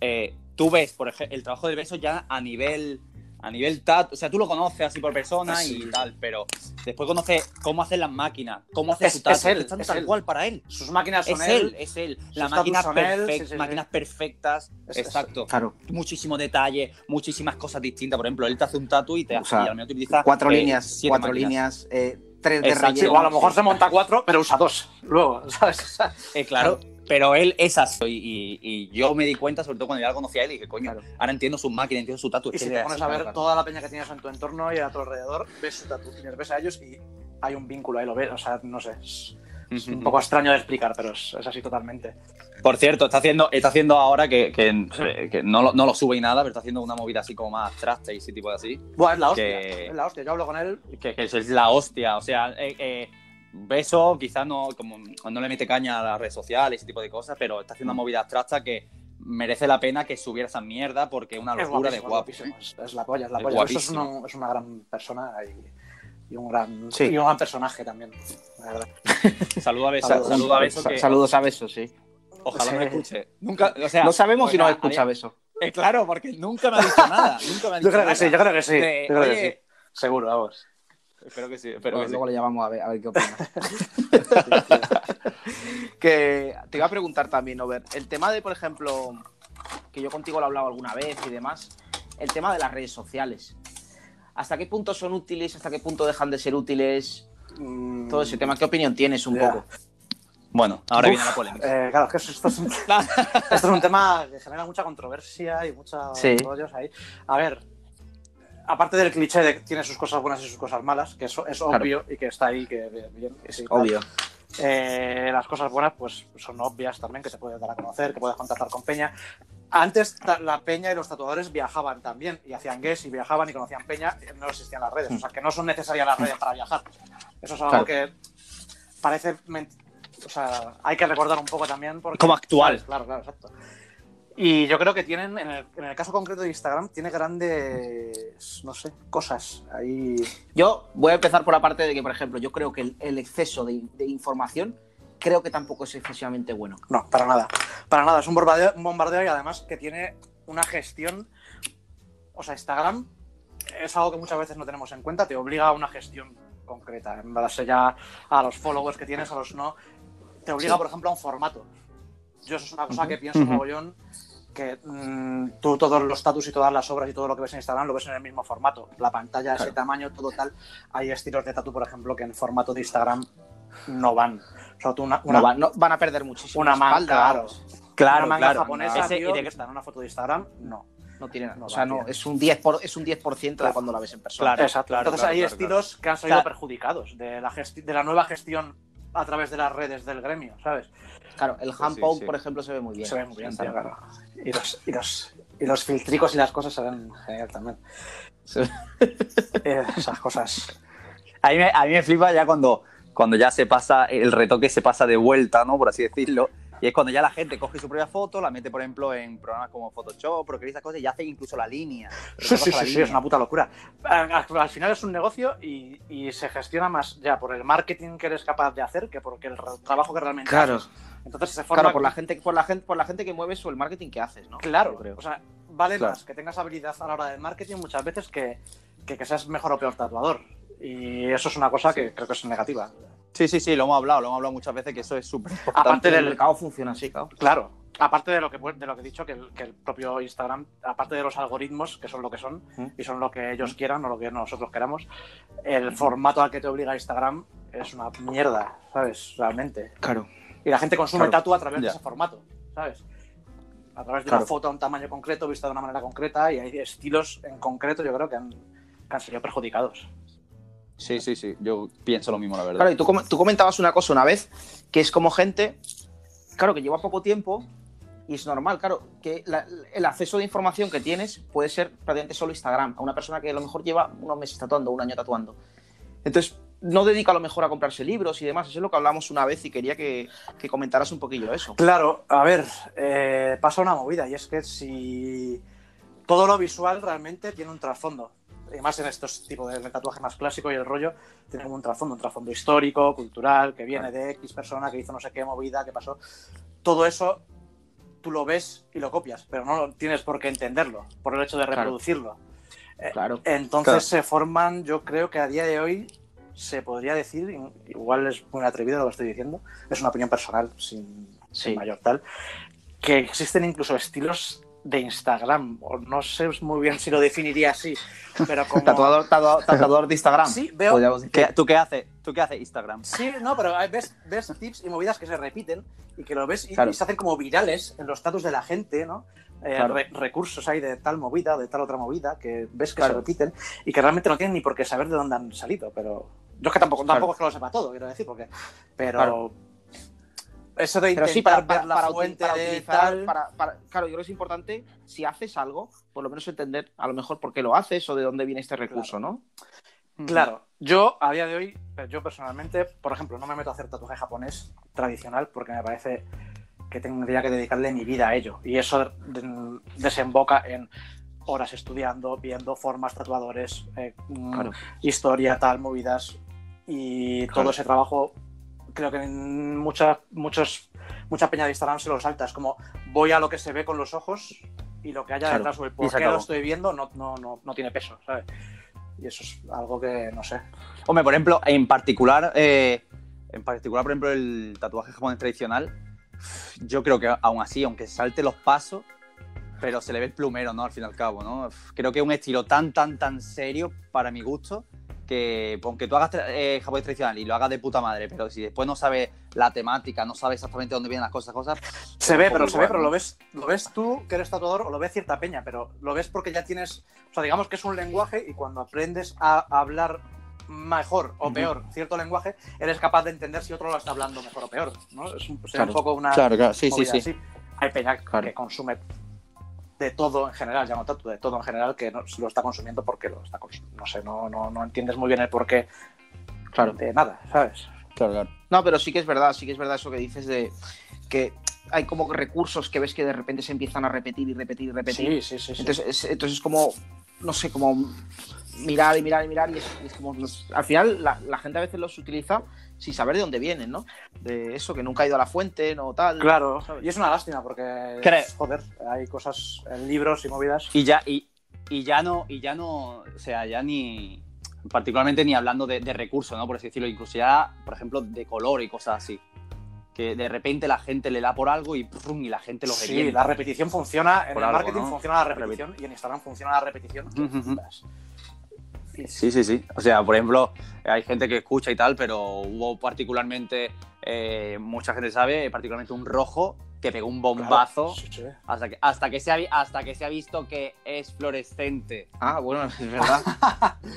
Speaker 2: eh, tú ves, por ejemplo, el trabajo del beso ya a nivel... A nivel tatu, o sea, tú lo conoces así por persona
Speaker 3: Sí.
Speaker 2: y tal, pero después conoces cómo hacen las máquinas, cómo hace
Speaker 3: Es-
Speaker 2: su tatu,
Speaker 3: es él,
Speaker 2: que están
Speaker 3: es
Speaker 2: tal
Speaker 3: él.
Speaker 2: cual para él
Speaker 3: Sus máquinas son
Speaker 2: es él, es él. Las
Speaker 3: sus
Speaker 2: máquinas,
Speaker 3: tatus son él,
Speaker 2: perfect-
Speaker 3: sí, sí, sí.
Speaker 2: máquinas perfectas.
Speaker 3: Es- es-
Speaker 2: exacto.
Speaker 1: Claro.
Speaker 2: Muchísimo detalle, muchísimas cosas distintas. Por ejemplo, él te hace un tatu y te
Speaker 1: O
Speaker 2: hace.
Speaker 1: sea,
Speaker 2: y a lo mejor utiliza,
Speaker 1: Cuatro
Speaker 2: eh,
Speaker 1: líneas,
Speaker 2: siete
Speaker 1: cuatro
Speaker 2: máquinas.
Speaker 1: líneas, eh, tres de
Speaker 2: Exacto.
Speaker 1: relleno.
Speaker 3: o a lo mejor se monta cuatro, pero usa dos. Luego, [laughs] ¿sabes?
Speaker 2: Eh, claro.
Speaker 3: Ah.
Speaker 2: Pero él es así. Y, y- y yo me di cuenta, sobre todo cuando ya lo conocí a él, y dije, coño,
Speaker 1: Claro.
Speaker 2: ahora entiendo su máquina, entiendo su tatu.
Speaker 3: Y
Speaker 2: es que
Speaker 3: si
Speaker 2: él
Speaker 3: te
Speaker 2: es
Speaker 3: pones
Speaker 2: así,
Speaker 3: a
Speaker 2: claro,
Speaker 3: ver
Speaker 2: claro.
Speaker 3: toda la peña que tienes en tu entorno y a tu alrededor, ves, su tatu- ves a ellos y hay un vínculo ahí, lo ves, o sea, no sé. es- Es un poco extraño de explicar, pero es, es así totalmente.
Speaker 2: Por cierto, está haciendo, está haciendo ahora que, que- que no, lo, no lo sube y nada, pero está haciendo una movida así como más traste y ese tipo de así.
Speaker 3: Buah, es la hostia.
Speaker 2: Que-
Speaker 3: Es la hostia. Yo hablo con él.
Speaker 2: Que, que eso es la hostia. O sea, eh, eh, beso, quizás no, como no le mete caña a las redes sociales, ese tipo de cosas, pero está haciendo una
Speaker 3: Mm.
Speaker 2: movida abstracta que merece la pena que subiera esa mierda porque es una
Speaker 3: Es
Speaker 2: locura de
Speaker 3: guapísimo,
Speaker 2: guapo.
Speaker 3: guapísimo. Es, es la polla, es la
Speaker 2: Es
Speaker 3: polla. Esto es,
Speaker 2: guapísimo.
Speaker 3: una, es una gran persona y, y un gran,
Speaker 1: Sí.
Speaker 3: y un gran personaje también, la verdad.
Speaker 2: Saludo a beso,
Speaker 3: Saludos.
Speaker 2: saludo a beso
Speaker 1: Sa-
Speaker 2: que
Speaker 1: Saludos a Beso, sí.
Speaker 2: ojalá no me escuche. Nunca, o sea,
Speaker 1: No sabemos
Speaker 2: pues
Speaker 1: si nos
Speaker 2: nada,
Speaker 1: escucha Beso.
Speaker 2: Eh, claro, porque nunca me ha dicho nada. Nunca me ha dicho
Speaker 3: Yo creo
Speaker 2: nada.
Speaker 3: que sí, yo creo que sí.
Speaker 2: De,
Speaker 3: yo creo que
Speaker 2: oye,
Speaker 3: sí. Seguro, vamos.
Speaker 2: Espero que sí, espero
Speaker 1: Pero
Speaker 2: que sí.
Speaker 1: luego le llamamos a ver, a ver qué opina.
Speaker 2: [laughs]
Speaker 1: que te iba a preguntar también, Over, el tema de, por ejemplo, que yo contigo lo he hablado alguna vez y demás, el tema de las redes sociales. ¿Hasta qué punto son útiles? ¿Hasta qué punto dejan de ser útiles?
Speaker 3: Mm,
Speaker 1: Todo ese tema, ¿qué opinión tienes un
Speaker 3: Ya.
Speaker 1: poco?
Speaker 2: Bueno, ahora
Speaker 3: Uf,
Speaker 2: viene la polémica.
Speaker 3: eh, claro, es que esto es, un, [laughs] esto es un tema que genera mucha controversia y muchos
Speaker 1: Sí.
Speaker 3: rollos ahí. A ver, aparte del cliché de que tiene sus cosas buenas y sus cosas malas, que eso es
Speaker 1: Claro.
Speaker 3: obvio y que está ahí, que bien, que sí,
Speaker 1: Obvio.
Speaker 3: Eh, las cosas buenas pues son obvias también, que se puede dar a conocer, que puedes contactar con Peña. Antes ta- la Peña y los tatuadores viajaban también y hacían guest y viajaban y conocían Peña, eh, no existían las redes, o sea que no son necesarias las redes para viajar. Eso es algo
Speaker 1: Claro.
Speaker 3: que parece... men- O sea, hay que recordar un poco también porque...
Speaker 2: Como actual.
Speaker 3: Claro, claro, exacto. Y yo creo que tienen, en el, en el caso concreto de Instagram, tiene grandes, no sé, cosas ahí...
Speaker 1: Yo voy a empezar por la parte de que, por ejemplo, yo creo que el, el exceso de, de información creo que tampoco es excesivamente bueno.
Speaker 3: No, para nada. Para nada. Es un bombardeo, un bombardeo y además que tiene una gestión. O sea, Instagram es algo que muchas veces no tenemos en cuenta. Te obliga a una gestión concreta. En base ya a los followers que tienes, a los no. Te obliga, por ejemplo, a un formato. Yo eso es una cosa que pienso
Speaker 2: ujú.
Speaker 3: mogollón. Que mm, tú todos los status y todas las obras y todo lo que ves en Instagram lo ves en el mismo formato. La pantalla, ese tamaño, todo tal. Hay estilos de tatu, por ejemplo, que en formato de Instagram no van. O sea, tú una, una,
Speaker 1: No van, no- van a perder muchísimo.
Speaker 3: una
Speaker 1: la
Speaker 3: manga,
Speaker 1: espalda,
Speaker 3: claro.
Speaker 1: vamos.
Speaker 3: una manga japonesa,
Speaker 2: Ese-
Speaker 3: tío,
Speaker 2: y de-
Speaker 3: que está en una foto de Instagram, no.
Speaker 1: No tiene nada.
Speaker 3: No
Speaker 1: o sea,
Speaker 3: va,
Speaker 1: no,
Speaker 3: tío.
Speaker 1: es un 10%, por, es un 10 de cuando la ves en persona.
Speaker 2: Claro,
Speaker 3: Exacto.
Speaker 2: claro,
Speaker 3: Entonces
Speaker 2: claro,
Speaker 3: hay
Speaker 2: claro,
Speaker 3: estilos que han salido
Speaker 2: Claro.
Speaker 3: perjudicados de la, gesti- de la nueva gestión a través de las redes del gremio, ¿sabes?
Speaker 1: Claro, el hand
Speaker 4: sí,
Speaker 1: poke,
Speaker 4: sí.
Speaker 1: por ejemplo, se ve muy bien.
Speaker 3: se ve muy bien,
Speaker 1: Está
Speaker 3: tío, claro. Y los, y, los, y los filtricos y las cosas se ven genial también.
Speaker 2: Sí.
Speaker 3: Eh, Esas cosas.
Speaker 2: A mí, me, a mí me flipa ya cuando, cuando ya se pasa, el retoque se pasa de vuelta, ¿no? Por así decirlo. Y es cuando ya la gente coge su propia foto, la mete, por ejemplo, en programas como Photoshop, Procreate, esas cosas, y hace incluso la línea.
Speaker 3: Sí,
Speaker 2: Retoca
Speaker 3: sí,
Speaker 2: la
Speaker 3: sí, sí,
Speaker 2: línea.
Speaker 3: es una puta locura. Al, al- al final es un negocio y, y se gestiona más ya por el marketing que eres capaz de hacer que porque el re- trabajo que realmente
Speaker 1: Claro.
Speaker 3: haces. Entonces se forma
Speaker 1: Claro, por la gente, por la gente, por la gente que mueves o el marketing que haces, ¿no?
Speaker 3: Claro,
Speaker 1: Yo creo.
Speaker 3: o sea, vale
Speaker 2: Claro.
Speaker 3: más que tengas habilidad a la hora del marketing muchas veces que, que, que seas mejor o peor tatuador. Y eso es una cosa que creo que es negativa.
Speaker 2: Sí, sí, sí, lo hemos hablado, lo hemos hablado muchas veces, que eso es súper
Speaker 3: Aparte
Speaker 2: importante.
Speaker 1: el
Speaker 3: del,
Speaker 1: mercado funciona así, claro.
Speaker 3: claro, aparte de lo que de lo que he dicho, que el, que el propio Instagram, aparte de los algoritmos, que son lo que son,
Speaker 1: Ujú.
Speaker 3: y son lo que ellos quieran o lo que nosotros queramos, el formato al que te obliga Instagram es una mierda, ¿sabes? Realmente.
Speaker 1: Claro.
Speaker 3: Y la gente consume
Speaker 2: Claro.
Speaker 3: tatu a través
Speaker 2: Ya.
Speaker 3: de ese formato, ¿sabes? A través de
Speaker 2: Claro.
Speaker 3: una foto a un tamaño concreto, vista de una manera concreta, y hay estilos en concreto, yo creo que han, que han sido perjudicados.
Speaker 2: Sí, sí, sí, yo pienso lo mismo, la verdad.
Speaker 1: Claro, y tú, com- tú comentabas una cosa una vez, que es como gente, claro, que lleva poco tiempo y es normal, claro, que la- el acceso de información que tienes puede ser prácticamente solo Instagram, a una persona que a lo mejor lleva unos meses tatuando, un año tatuando. Entonces, no dedica a lo mejor a comprarse libros y demás, eso es lo que hablamos una vez y quería que, que comentaras un poquillo eso.
Speaker 3: Claro, a ver, eh, pasa una movida, y es que si todo lo visual realmente tiene un trasfondo. Y más en estos tipos de tatuaje más clásico y el rollo, tiene un trasfondo, un trasfondo histórico, cultural, que viene de X persona, que hizo no sé qué movida, que pasó. Todo eso tú lo ves y lo copias, pero no lo tienes por qué entenderlo, por el hecho de
Speaker 1: Claro.
Speaker 3: reproducirlo.
Speaker 1: Claro.
Speaker 3: Entonces
Speaker 2: Claro.
Speaker 3: se forman, yo creo que a día de hoy se podría decir, i- igual es muy atrevido lo que estoy diciendo, es una opinión personal, sin, sin
Speaker 1: Sí.
Speaker 3: mayor tal, que existen incluso estilos de Instagram, o no sé muy bien si lo definiría así, pero como...
Speaker 1: Tatuador, tatuador, tatuador de Instagram.
Speaker 3: Sí, veo,
Speaker 1: Podríamos decir.
Speaker 2: ¿Qué- ¿Tú qué haces? ¿Tú qué haces Instagram?
Speaker 3: Sí, no, pero hay- ves, ves tips y movidas que se repiten y que lo ves y,
Speaker 1: Claro.
Speaker 3: y se hacen como virales en los datos de la gente, ¿no? Eh,
Speaker 1: Claro.
Speaker 3: re- recursos hay de tal movida o de tal otra movida que ves que
Speaker 1: Claro.
Speaker 3: se repiten y que realmente no tienen ni por qué saber de dónde han salido, pero Yo es que tampoco,
Speaker 1: Claro.
Speaker 3: tampoco es que lo sepa todo, quiero decir, porque. Pero.
Speaker 1: Claro.
Speaker 3: Eso de
Speaker 1: Pero
Speaker 3: intentar
Speaker 1: sí, para, para,
Speaker 3: ver la
Speaker 1: para util-
Speaker 3: fuente
Speaker 1: para
Speaker 3: de
Speaker 1: utilizar,
Speaker 3: tal-
Speaker 1: para- para- claro, yo creo que es importante, si haces algo, por lo menos entender a lo mejor por qué lo haces o de dónde viene este recurso, ¿no?
Speaker 3: Claro, yo a día de hoy, pero yo personalmente, por ejemplo, no me meto a hacer tatuaje japonés tradicional porque me parece que tendría que dedicarle mi vida a ello. Y eso de- desemboca en horas estudiando, viendo formas, tatuadores, eh, mm,
Speaker 1: Claro.
Speaker 3: historia, tal, movidas. Y todo
Speaker 1: Claro.
Speaker 3: ese trabajo, creo que en mucha, muchos, mucha peña de Instagram se lo salta. Es como voy a lo que se ve con los ojos y lo que haya
Speaker 1: Claro.
Speaker 3: detrás o el por
Speaker 2: se
Speaker 3: qué lo
Speaker 2: acabó.
Speaker 3: estoy viendo no, no, no, no tiene peso, ¿sabes? Y eso es algo que no sé.
Speaker 2: Hombre, por ejemplo, en particular, eh, en particular, por ejemplo, el tatuaje japonés tradicional, yo creo que aún así, aunque salte los pasos, pero se le ve el plumero, ¿no? Al fin y al cabo, ¿no? Creo que es un estilo tan, tan, tan serio para mi gusto que aunque tú hagas tra- eh, japonés tradicional y lo hagas de puta madre, pero si después no sabes la temática, no sabes exactamente dónde vienen las cosas, cosas,
Speaker 3: Se ve,
Speaker 2: Poco
Speaker 3: pero se
Speaker 2: igual,
Speaker 3: ve, pero
Speaker 2: ¿no?
Speaker 3: lo ves, lo ves tú que eres tatuador o lo ves cierta peña, pero lo ves porque ya tienes, o sea, digamos que es un lenguaje y cuando aprendes a hablar mejor o
Speaker 1: Ujú.
Speaker 3: peor cierto lenguaje, eres capaz de entender si otro lo está hablando mejor o peor, ¿no? Es un, o sea,
Speaker 1: Claro,
Speaker 3: un poco una
Speaker 2: claro, sí,
Speaker 3: movida así. Hay peña
Speaker 1: Claro.
Speaker 3: que consume de todo en general, ya no tatu, de todo en general que no, lo está consumiendo porque lo está consumiendo, no sé, no, no, no entiendes muy bien el porqué
Speaker 1: Claro.
Speaker 3: de nada, ¿sabes?
Speaker 2: claro, claro.
Speaker 1: No, pero sí que es verdad, sí que es verdad eso que dices de que hay como recursos que ves que de repente se empiezan a repetir y repetir y repetir.
Speaker 3: Sí, sí, sí. sí.
Speaker 1: Entonces, es, entonces es como, no sé, como mirar y mirar y mirar y es, y es como, pues, al final la, la gente a veces los utiliza sin saber de dónde vienen, ¿no? De eso, que nunca ha ido a la fuente, no tal.
Speaker 3: Claro, y es una lástima porque,
Speaker 2: Creo-
Speaker 3: joder, hay cosas en libros y movidas.
Speaker 2: Y ya, y, y ya no, y ya no, o sea, ya ni particularmente ni hablando de, de recursos, ¿no? Por así decirlo, incluso ya, por ejemplo, de color y cosas así. Que de repente la gente le da por algo y, prum, y la gente lo
Speaker 3: Sí,
Speaker 2: revienta.
Speaker 3: la repetición funciona, en
Speaker 2: Por
Speaker 3: el
Speaker 2: algo,
Speaker 3: marketing
Speaker 2: ¿no?
Speaker 3: funciona la repetición y en Instagram funciona la repetición. que
Speaker 2: Ujú, ujú.
Speaker 3: flipas.
Speaker 2: Sí, sí, sí. O sea, por ejemplo, hay gente que escucha y tal, pero hubo particularmente, eh, mucha gente sabe, particularmente un rojo que pegó un
Speaker 3: Claro,
Speaker 2: bombazo
Speaker 3: sí, sí.
Speaker 2: hasta, que, hasta, que se ha, vi- hasta que se ha visto que es fluorescente.
Speaker 1: Ah, bueno, es verdad.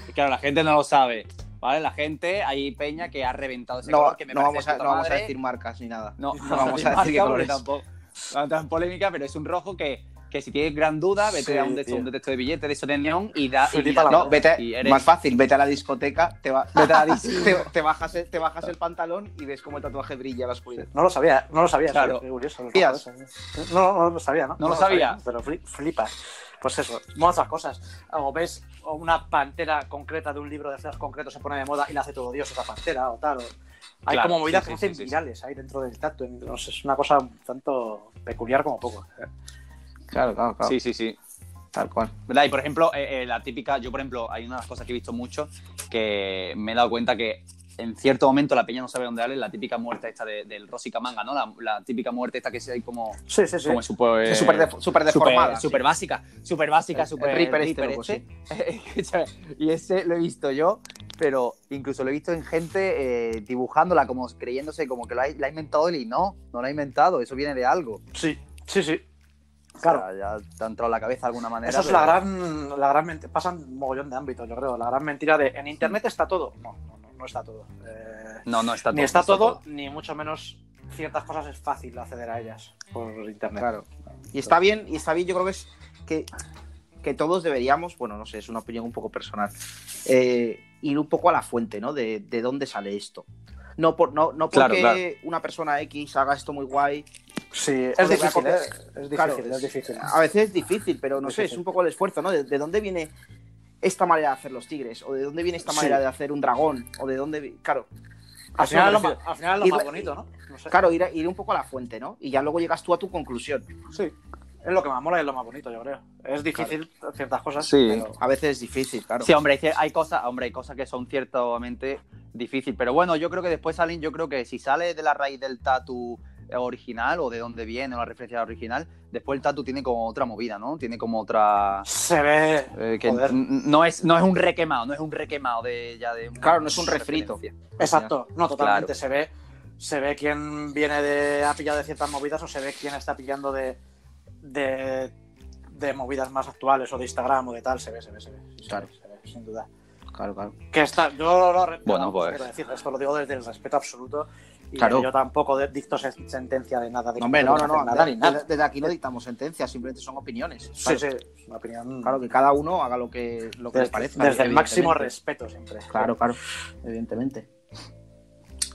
Speaker 2: Y Claro, la gente no lo sabe. ¿Vale? La gente, hay Peña que ha reventado ese
Speaker 1: No,
Speaker 2: color, que me
Speaker 1: no
Speaker 2: parece
Speaker 1: vamos
Speaker 2: de
Speaker 1: a,
Speaker 2: puta
Speaker 1: no vamos a
Speaker 2: madre.
Speaker 1: decir marcas ni nada. [laughs]
Speaker 2: No,
Speaker 1: no vamos a decir qué
Speaker 2: marca,
Speaker 1: color
Speaker 2: porque
Speaker 1: es.
Speaker 2: Tampoco, no es tan polémica, pero es un rojo que, que si tienes gran duda, vete
Speaker 3: Sí,
Speaker 2: a un, de,
Speaker 3: tío.
Speaker 2: un detector de billetes de eso de neón y da. Y
Speaker 3: Flipa la
Speaker 2: da-
Speaker 1: No, vete,
Speaker 2: y eres-
Speaker 1: más fácil, vete a la discoteca, te, va- vete a la dis- te- te bajas, el- te bajas el pantalón y ves cómo el tatuaje brilla a la oscuridad.
Speaker 3: No lo sabía, no lo sabía.
Speaker 2: Claro.
Speaker 3: sí, qué curioso, los
Speaker 1: Tías.
Speaker 3: rojos, eh. no, no, no lo sabía, ¿no?
Speaker 2: lo sabía.
Speaker 3: Pero fli- flipas. Pues eso, muchas cosas. O ves o una pantera concreta de un libro de flash concreto se pone de moda y la hace todo Dios esa pantera o tal. o- Hay
Speaker 2: Claro,
Speaker 3: como movidas
Speaker 2: sí,
Speaker 3: que
Speaker 2: sí,
Speaker 3: hacen
Speaker 2: sí, sí, sí.
Speaker 3: virales ahí dentro del tacto. Entonces es una cosa un tanto peculiar como poco.
Speaker 1: Claro, claro, claro.
Speaker 2: Sí, sí, sí.
Speaker 1: Tal cual.
Speaker 2: ¿Verdad? Y por ejemplo, eh, eh, la típica, yo por ejemplo, hay una de las cosas que he visto mucho que me he dado cuenta que en cierto momento la peña no sabe dónde darle la típica muerte esta de- del Rosica Manga, ¿no? La, la típica muerte esta que se hay como,
Speaker 3: Sí, sí, sí.
Speaker 2: como super,
Speaker 3: Eh,
Speaker 1: Es súper defo- súper deformada.
Speaker 2: Super, super básica, super básica,
Speaker 1: El-
Speaker 2: super
Speaker 1: el Reaper este, loco,
Speaker 2: [laughs] y ese lo he visto yo, pero incluso lo he visto en gente eh, dibujándola, como creyéndose como que lo ha, la ha inventado él y no, no la ha inventado, eso viene de algo.
Speaker 3: Sí, sí, sí.
Speaker 2: O sea,
Speaker 3: Claro.
Speaker 2: ya te ha entrado en la cabeza de alguna manera.
Speaker 3: Esa es
Speaker 2: pero-
Speaker 3: la gran, la gran mentira. Pasan mogollón de ámbitos, yo creo. La gran mentira de en internet está todo. No, no, no, no está todo. Eh,
Speaker 2: No, no está todo.
Speaker 3: ni está,
Speaker 2: no
Speaker 3: todo, ni mucho menos ciertas cosas es fácil acceder a ellas por internet.
Speaker 1: Claro. Y está bien, y está bien, yo creo que es que, que todos deberíamos, bueno, no sé, es una opinión un poco personal, eh, ir un poco a la fuente, ¿no? De, de dónde sale esto. No, por, no, no
Speaker 2: Claro,
Speaker 1: porque
Speaker 2: claro.
Speaker 1: una persona X haga esto muy guay.
Speaker 3: Sí, es
Speaker 1: Joder,
Speaker 3: difícil,
Speaker 1: voy a
Speaker 3: ¿eh? es difícil,
Speaker 1: Claro,
Speaker 3: es difícil.
Speaker 1: A veces es difícil, pero no
Speaker 3: Sí,
Speaker 1: sé,
Speaker 3: sí,
Speaker 1: es
Speaker 3: sí.
Speaker 1: un poco el esfuerzo, ¿no? ¿De, de dónde viene esta manera de hacer los tigres? ¿O de dónde viene esta
Speaker 3: Sí.
Speaker 1: manera de hacer un dragón? ¿O de dónde...? vi- Claro,
Speaker 3: Al final, lo,
Speaker 1: me
Speaker 3: ma- al final es lo
Speaker 1: Y
Speaker 3: más
Speaker 1: la-
Speaker 3: bonito, ¿no? No sé.
Speaker 1: claro ir, a- ir un poco a la fuente, ¿no? Y ya luego llegas tú a tu conclusión.
Speaker 3: Sí. Es lo que más mola y es lo más bonito, yo creo. Es difícil ciertas cosas,
Speaker 2: Sí.
Speaker 3: pero
Speaker 1: A veces es difícil, claro.
Speaker 2: Sí, hombre, hay cier- hay cosas, hombre, hay cosas que son ciertamente difíciles. Pero bueno, yo creo que después salen, yo creo que si sale de la raíz del tatu original o de dónde viene o la referencia original, después el tatu tiene como otra movida, ¿no? Tiene como otra
Speaker 3: se ve.
Speaker 2: eh, que
Speaker 3: Joder.
Speaker 2: n- no es no es un requemado, no es un requemado de ya de
Speaker 1: Claro, no es un refrito.
Speaker 2: referencia.
Speaker 3: Exacto, no, totalmente.
Speaker 2: Claro.
Speaker 3: Se ve se ve quién viene de, ha pillado de ciertas movidas o se ve quién está pillando de, de, de movidas más actuales o de Instagram o de tal. Se ve, se ve, se ve. Sí, se
Speaker 1: Claro.
Speaker 3: ve, se ve, sin duda.
Speaker 1: claro, claro.
Speaker 3: Que está, yo lo respeto,
Speaker 4: Bueno, pues.
Speaker 3: quiero decir, esto lo digo desde el respeto absoluto. Y
Speaker 1: Claro.
Speaker 3: eh, yo tampoco de- dicto sen- sentencia de nada. De
Speaker 1: No, hombre, no, no, no.
Speaker 3: Nada,
Speaker 1: de-
Speaker 3: ni nada.
Speaker 1: de- Desde aquí no dictamos sentencias, simplemente son opiniones.
Speaker 3: Sí,
Speaker 1: Claro,
Speaker 3: sí, una opinión.
Speaker 1: claro, que cada uno haga lo que, lo que
Speaker 3: desde,
Speaker 1: les parezca.
Speaker 3: desde el
Speaker 1: evidentemente.
Speaker 3: máximo respeto siempre.
Speaker 1: Claro, claro, evidentemente.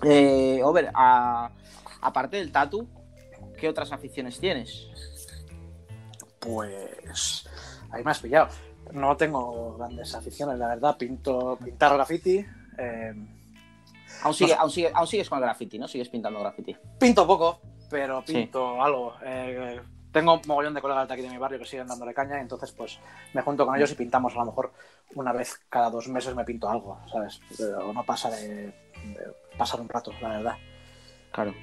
Speaker 1: Eh, Over, a- aparte del tatu, ¿qué otras aficiones tienes?
Speaker 3: Pues ahí me has pillado. No tengo grandes aficiones, la verdad. Pinto, pintar graffiti. eh,
Speaker 1: Aún, sigue- aún, sigue- aún sigues con el graffiti, ¿no? Sigues pintando graffiti.
Speaker 3: pinto poco, pero
Speaker 1: Sí.
Speaker 3: pinto algo. Eh, tengo un mogollón de colegas de aquí de mi barrio que siguen dándole caña, y entonces pues me junto con ellos y pintamos a lo mejor una vez cada dos meses me pinto algo, ¿sabes? Pero no pasa de, de pasar un rato, la verdad.
Speaker 1: Claro.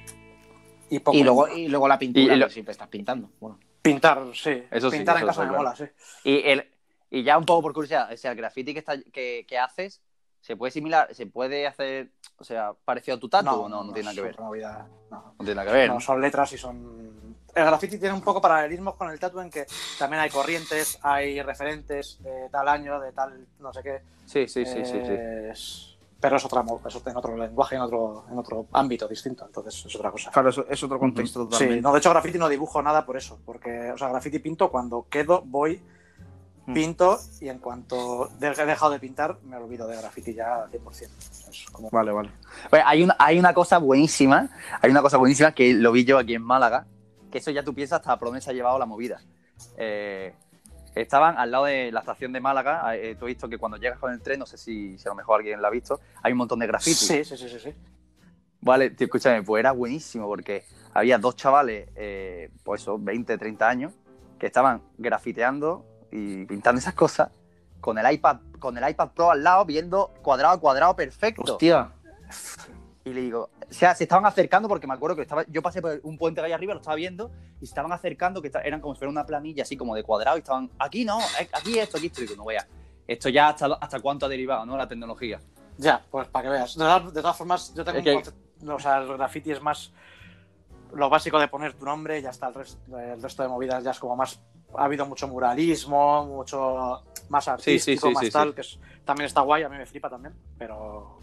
Speaker 3: Y, poco.
Speaker 1: Y luego, y luego la pintura,
Speaker 4: Y- y lo-
Speaker 1: que siempre estás pintando. Bueno,
Speaker 3: pintar, sí.
Speaker 4: Eso sí,
Speaker 3: pintar
Speaker 4: eso
Speaker 3: en
Speaker 4: sí,
Speaker 3: casa me
Speaker 4: claro.
Speaker 3: mola, sí.
Speaker 2: Y, el, y ya un poco por curiosidad, o sea, el graffiti que, está, que, que haces, ¿se puede similar, se puede hacer, o sea, parecido a tu tatu o Ah, no? No tiene nada que
Speaker 3: es
Speaker 2: ver.
Speaker 3: otra movida, no.
Speaker 2: No tiene nada que ver,
Speaker 3: No,
Speaker 2: ¿no?
Speaker 3: son letras y son. El graffiti tiene un poco paralelismos con el tatu en que también hay corrientes, hay referentes de tal año, de tal no sé qué.
Speaker 4: Sí, sí, sí, sí, sí.
Speaker 3: Eh, es- Pero es otra mo- es otra- en otro lenguaje, en otro, en otro ámbito distinto, entonces es otra cosa.
Speaker 1: claro, es otro
Speaker 2: contexto
Speaker 3: Sí, no, de hecho graffiti no dibujo nada por eso, porque, o sea, graffiti pinto cuando quedo, voy,
Speaker 1: Mm.
Speaker 3: pinto y en cuanto de- he dejado de pintar me olvido de graffiti ya al 100%. Es como...
Speaker 1: Vale, vale.
Speaker 2: Pues hay, una, hay una cosa buenísima, hay una cosa buenísima que lo vi yo aquí en Málaga, que eso ya tú piensas hasta promesa ha llevado la movida. Eh, estaban al lado de la estación de Málaga, eh, tú has visto que cuando llegas con el tren, no sé si, si a lo mejor alguien lo ha visto, hay un montón de graffiti.
Speaker 3: Sí, sí, sí, sí, sí.
Speaker 2: Vale, tío, escúchame, pues era buenísimo porque había dos chavales, eh, pues eso, 20, 30 años, que estaban grafiteando y pintando esas cosas con el iPad, con el iPad Pro al lado, viendo cuadrado a cuadrado perfecto.
Speaker 1: Hostia.
Speaker 2: Y le digo, o sea, se estaban acercando porque me acuerdo que estaba, yo pasé por un puente que hay arriba, lo estaba viendo, y se estaban acercando, que esta- eran como si fuera una planilla así como de cuadrado, y estaban, aquí no, eh, aquí esto, aquí esto, y digo, no veas. Esto ya hasta, hasta cuánto ha derivado, ¿no? La tecnología.
Speaker 3: Ya, pues para que veas. De todas, de todas formas, yo tengo
Speaker 2: Es que-
Speaker 3: un concepto- O sea, el graffiti es más lo básico de poner tu nombre y ya está. El, res- el resto de movidas ya es como más. Ha habido mucho muralismo, mucho más
Speaker 4: sí,
Speaker 3: artístico,
Speaker 4: sí,
Speaker 3: más
Speaker 4: sí,
Speaker 3: tal, que es- también está guay, a mí me flipa también, pero.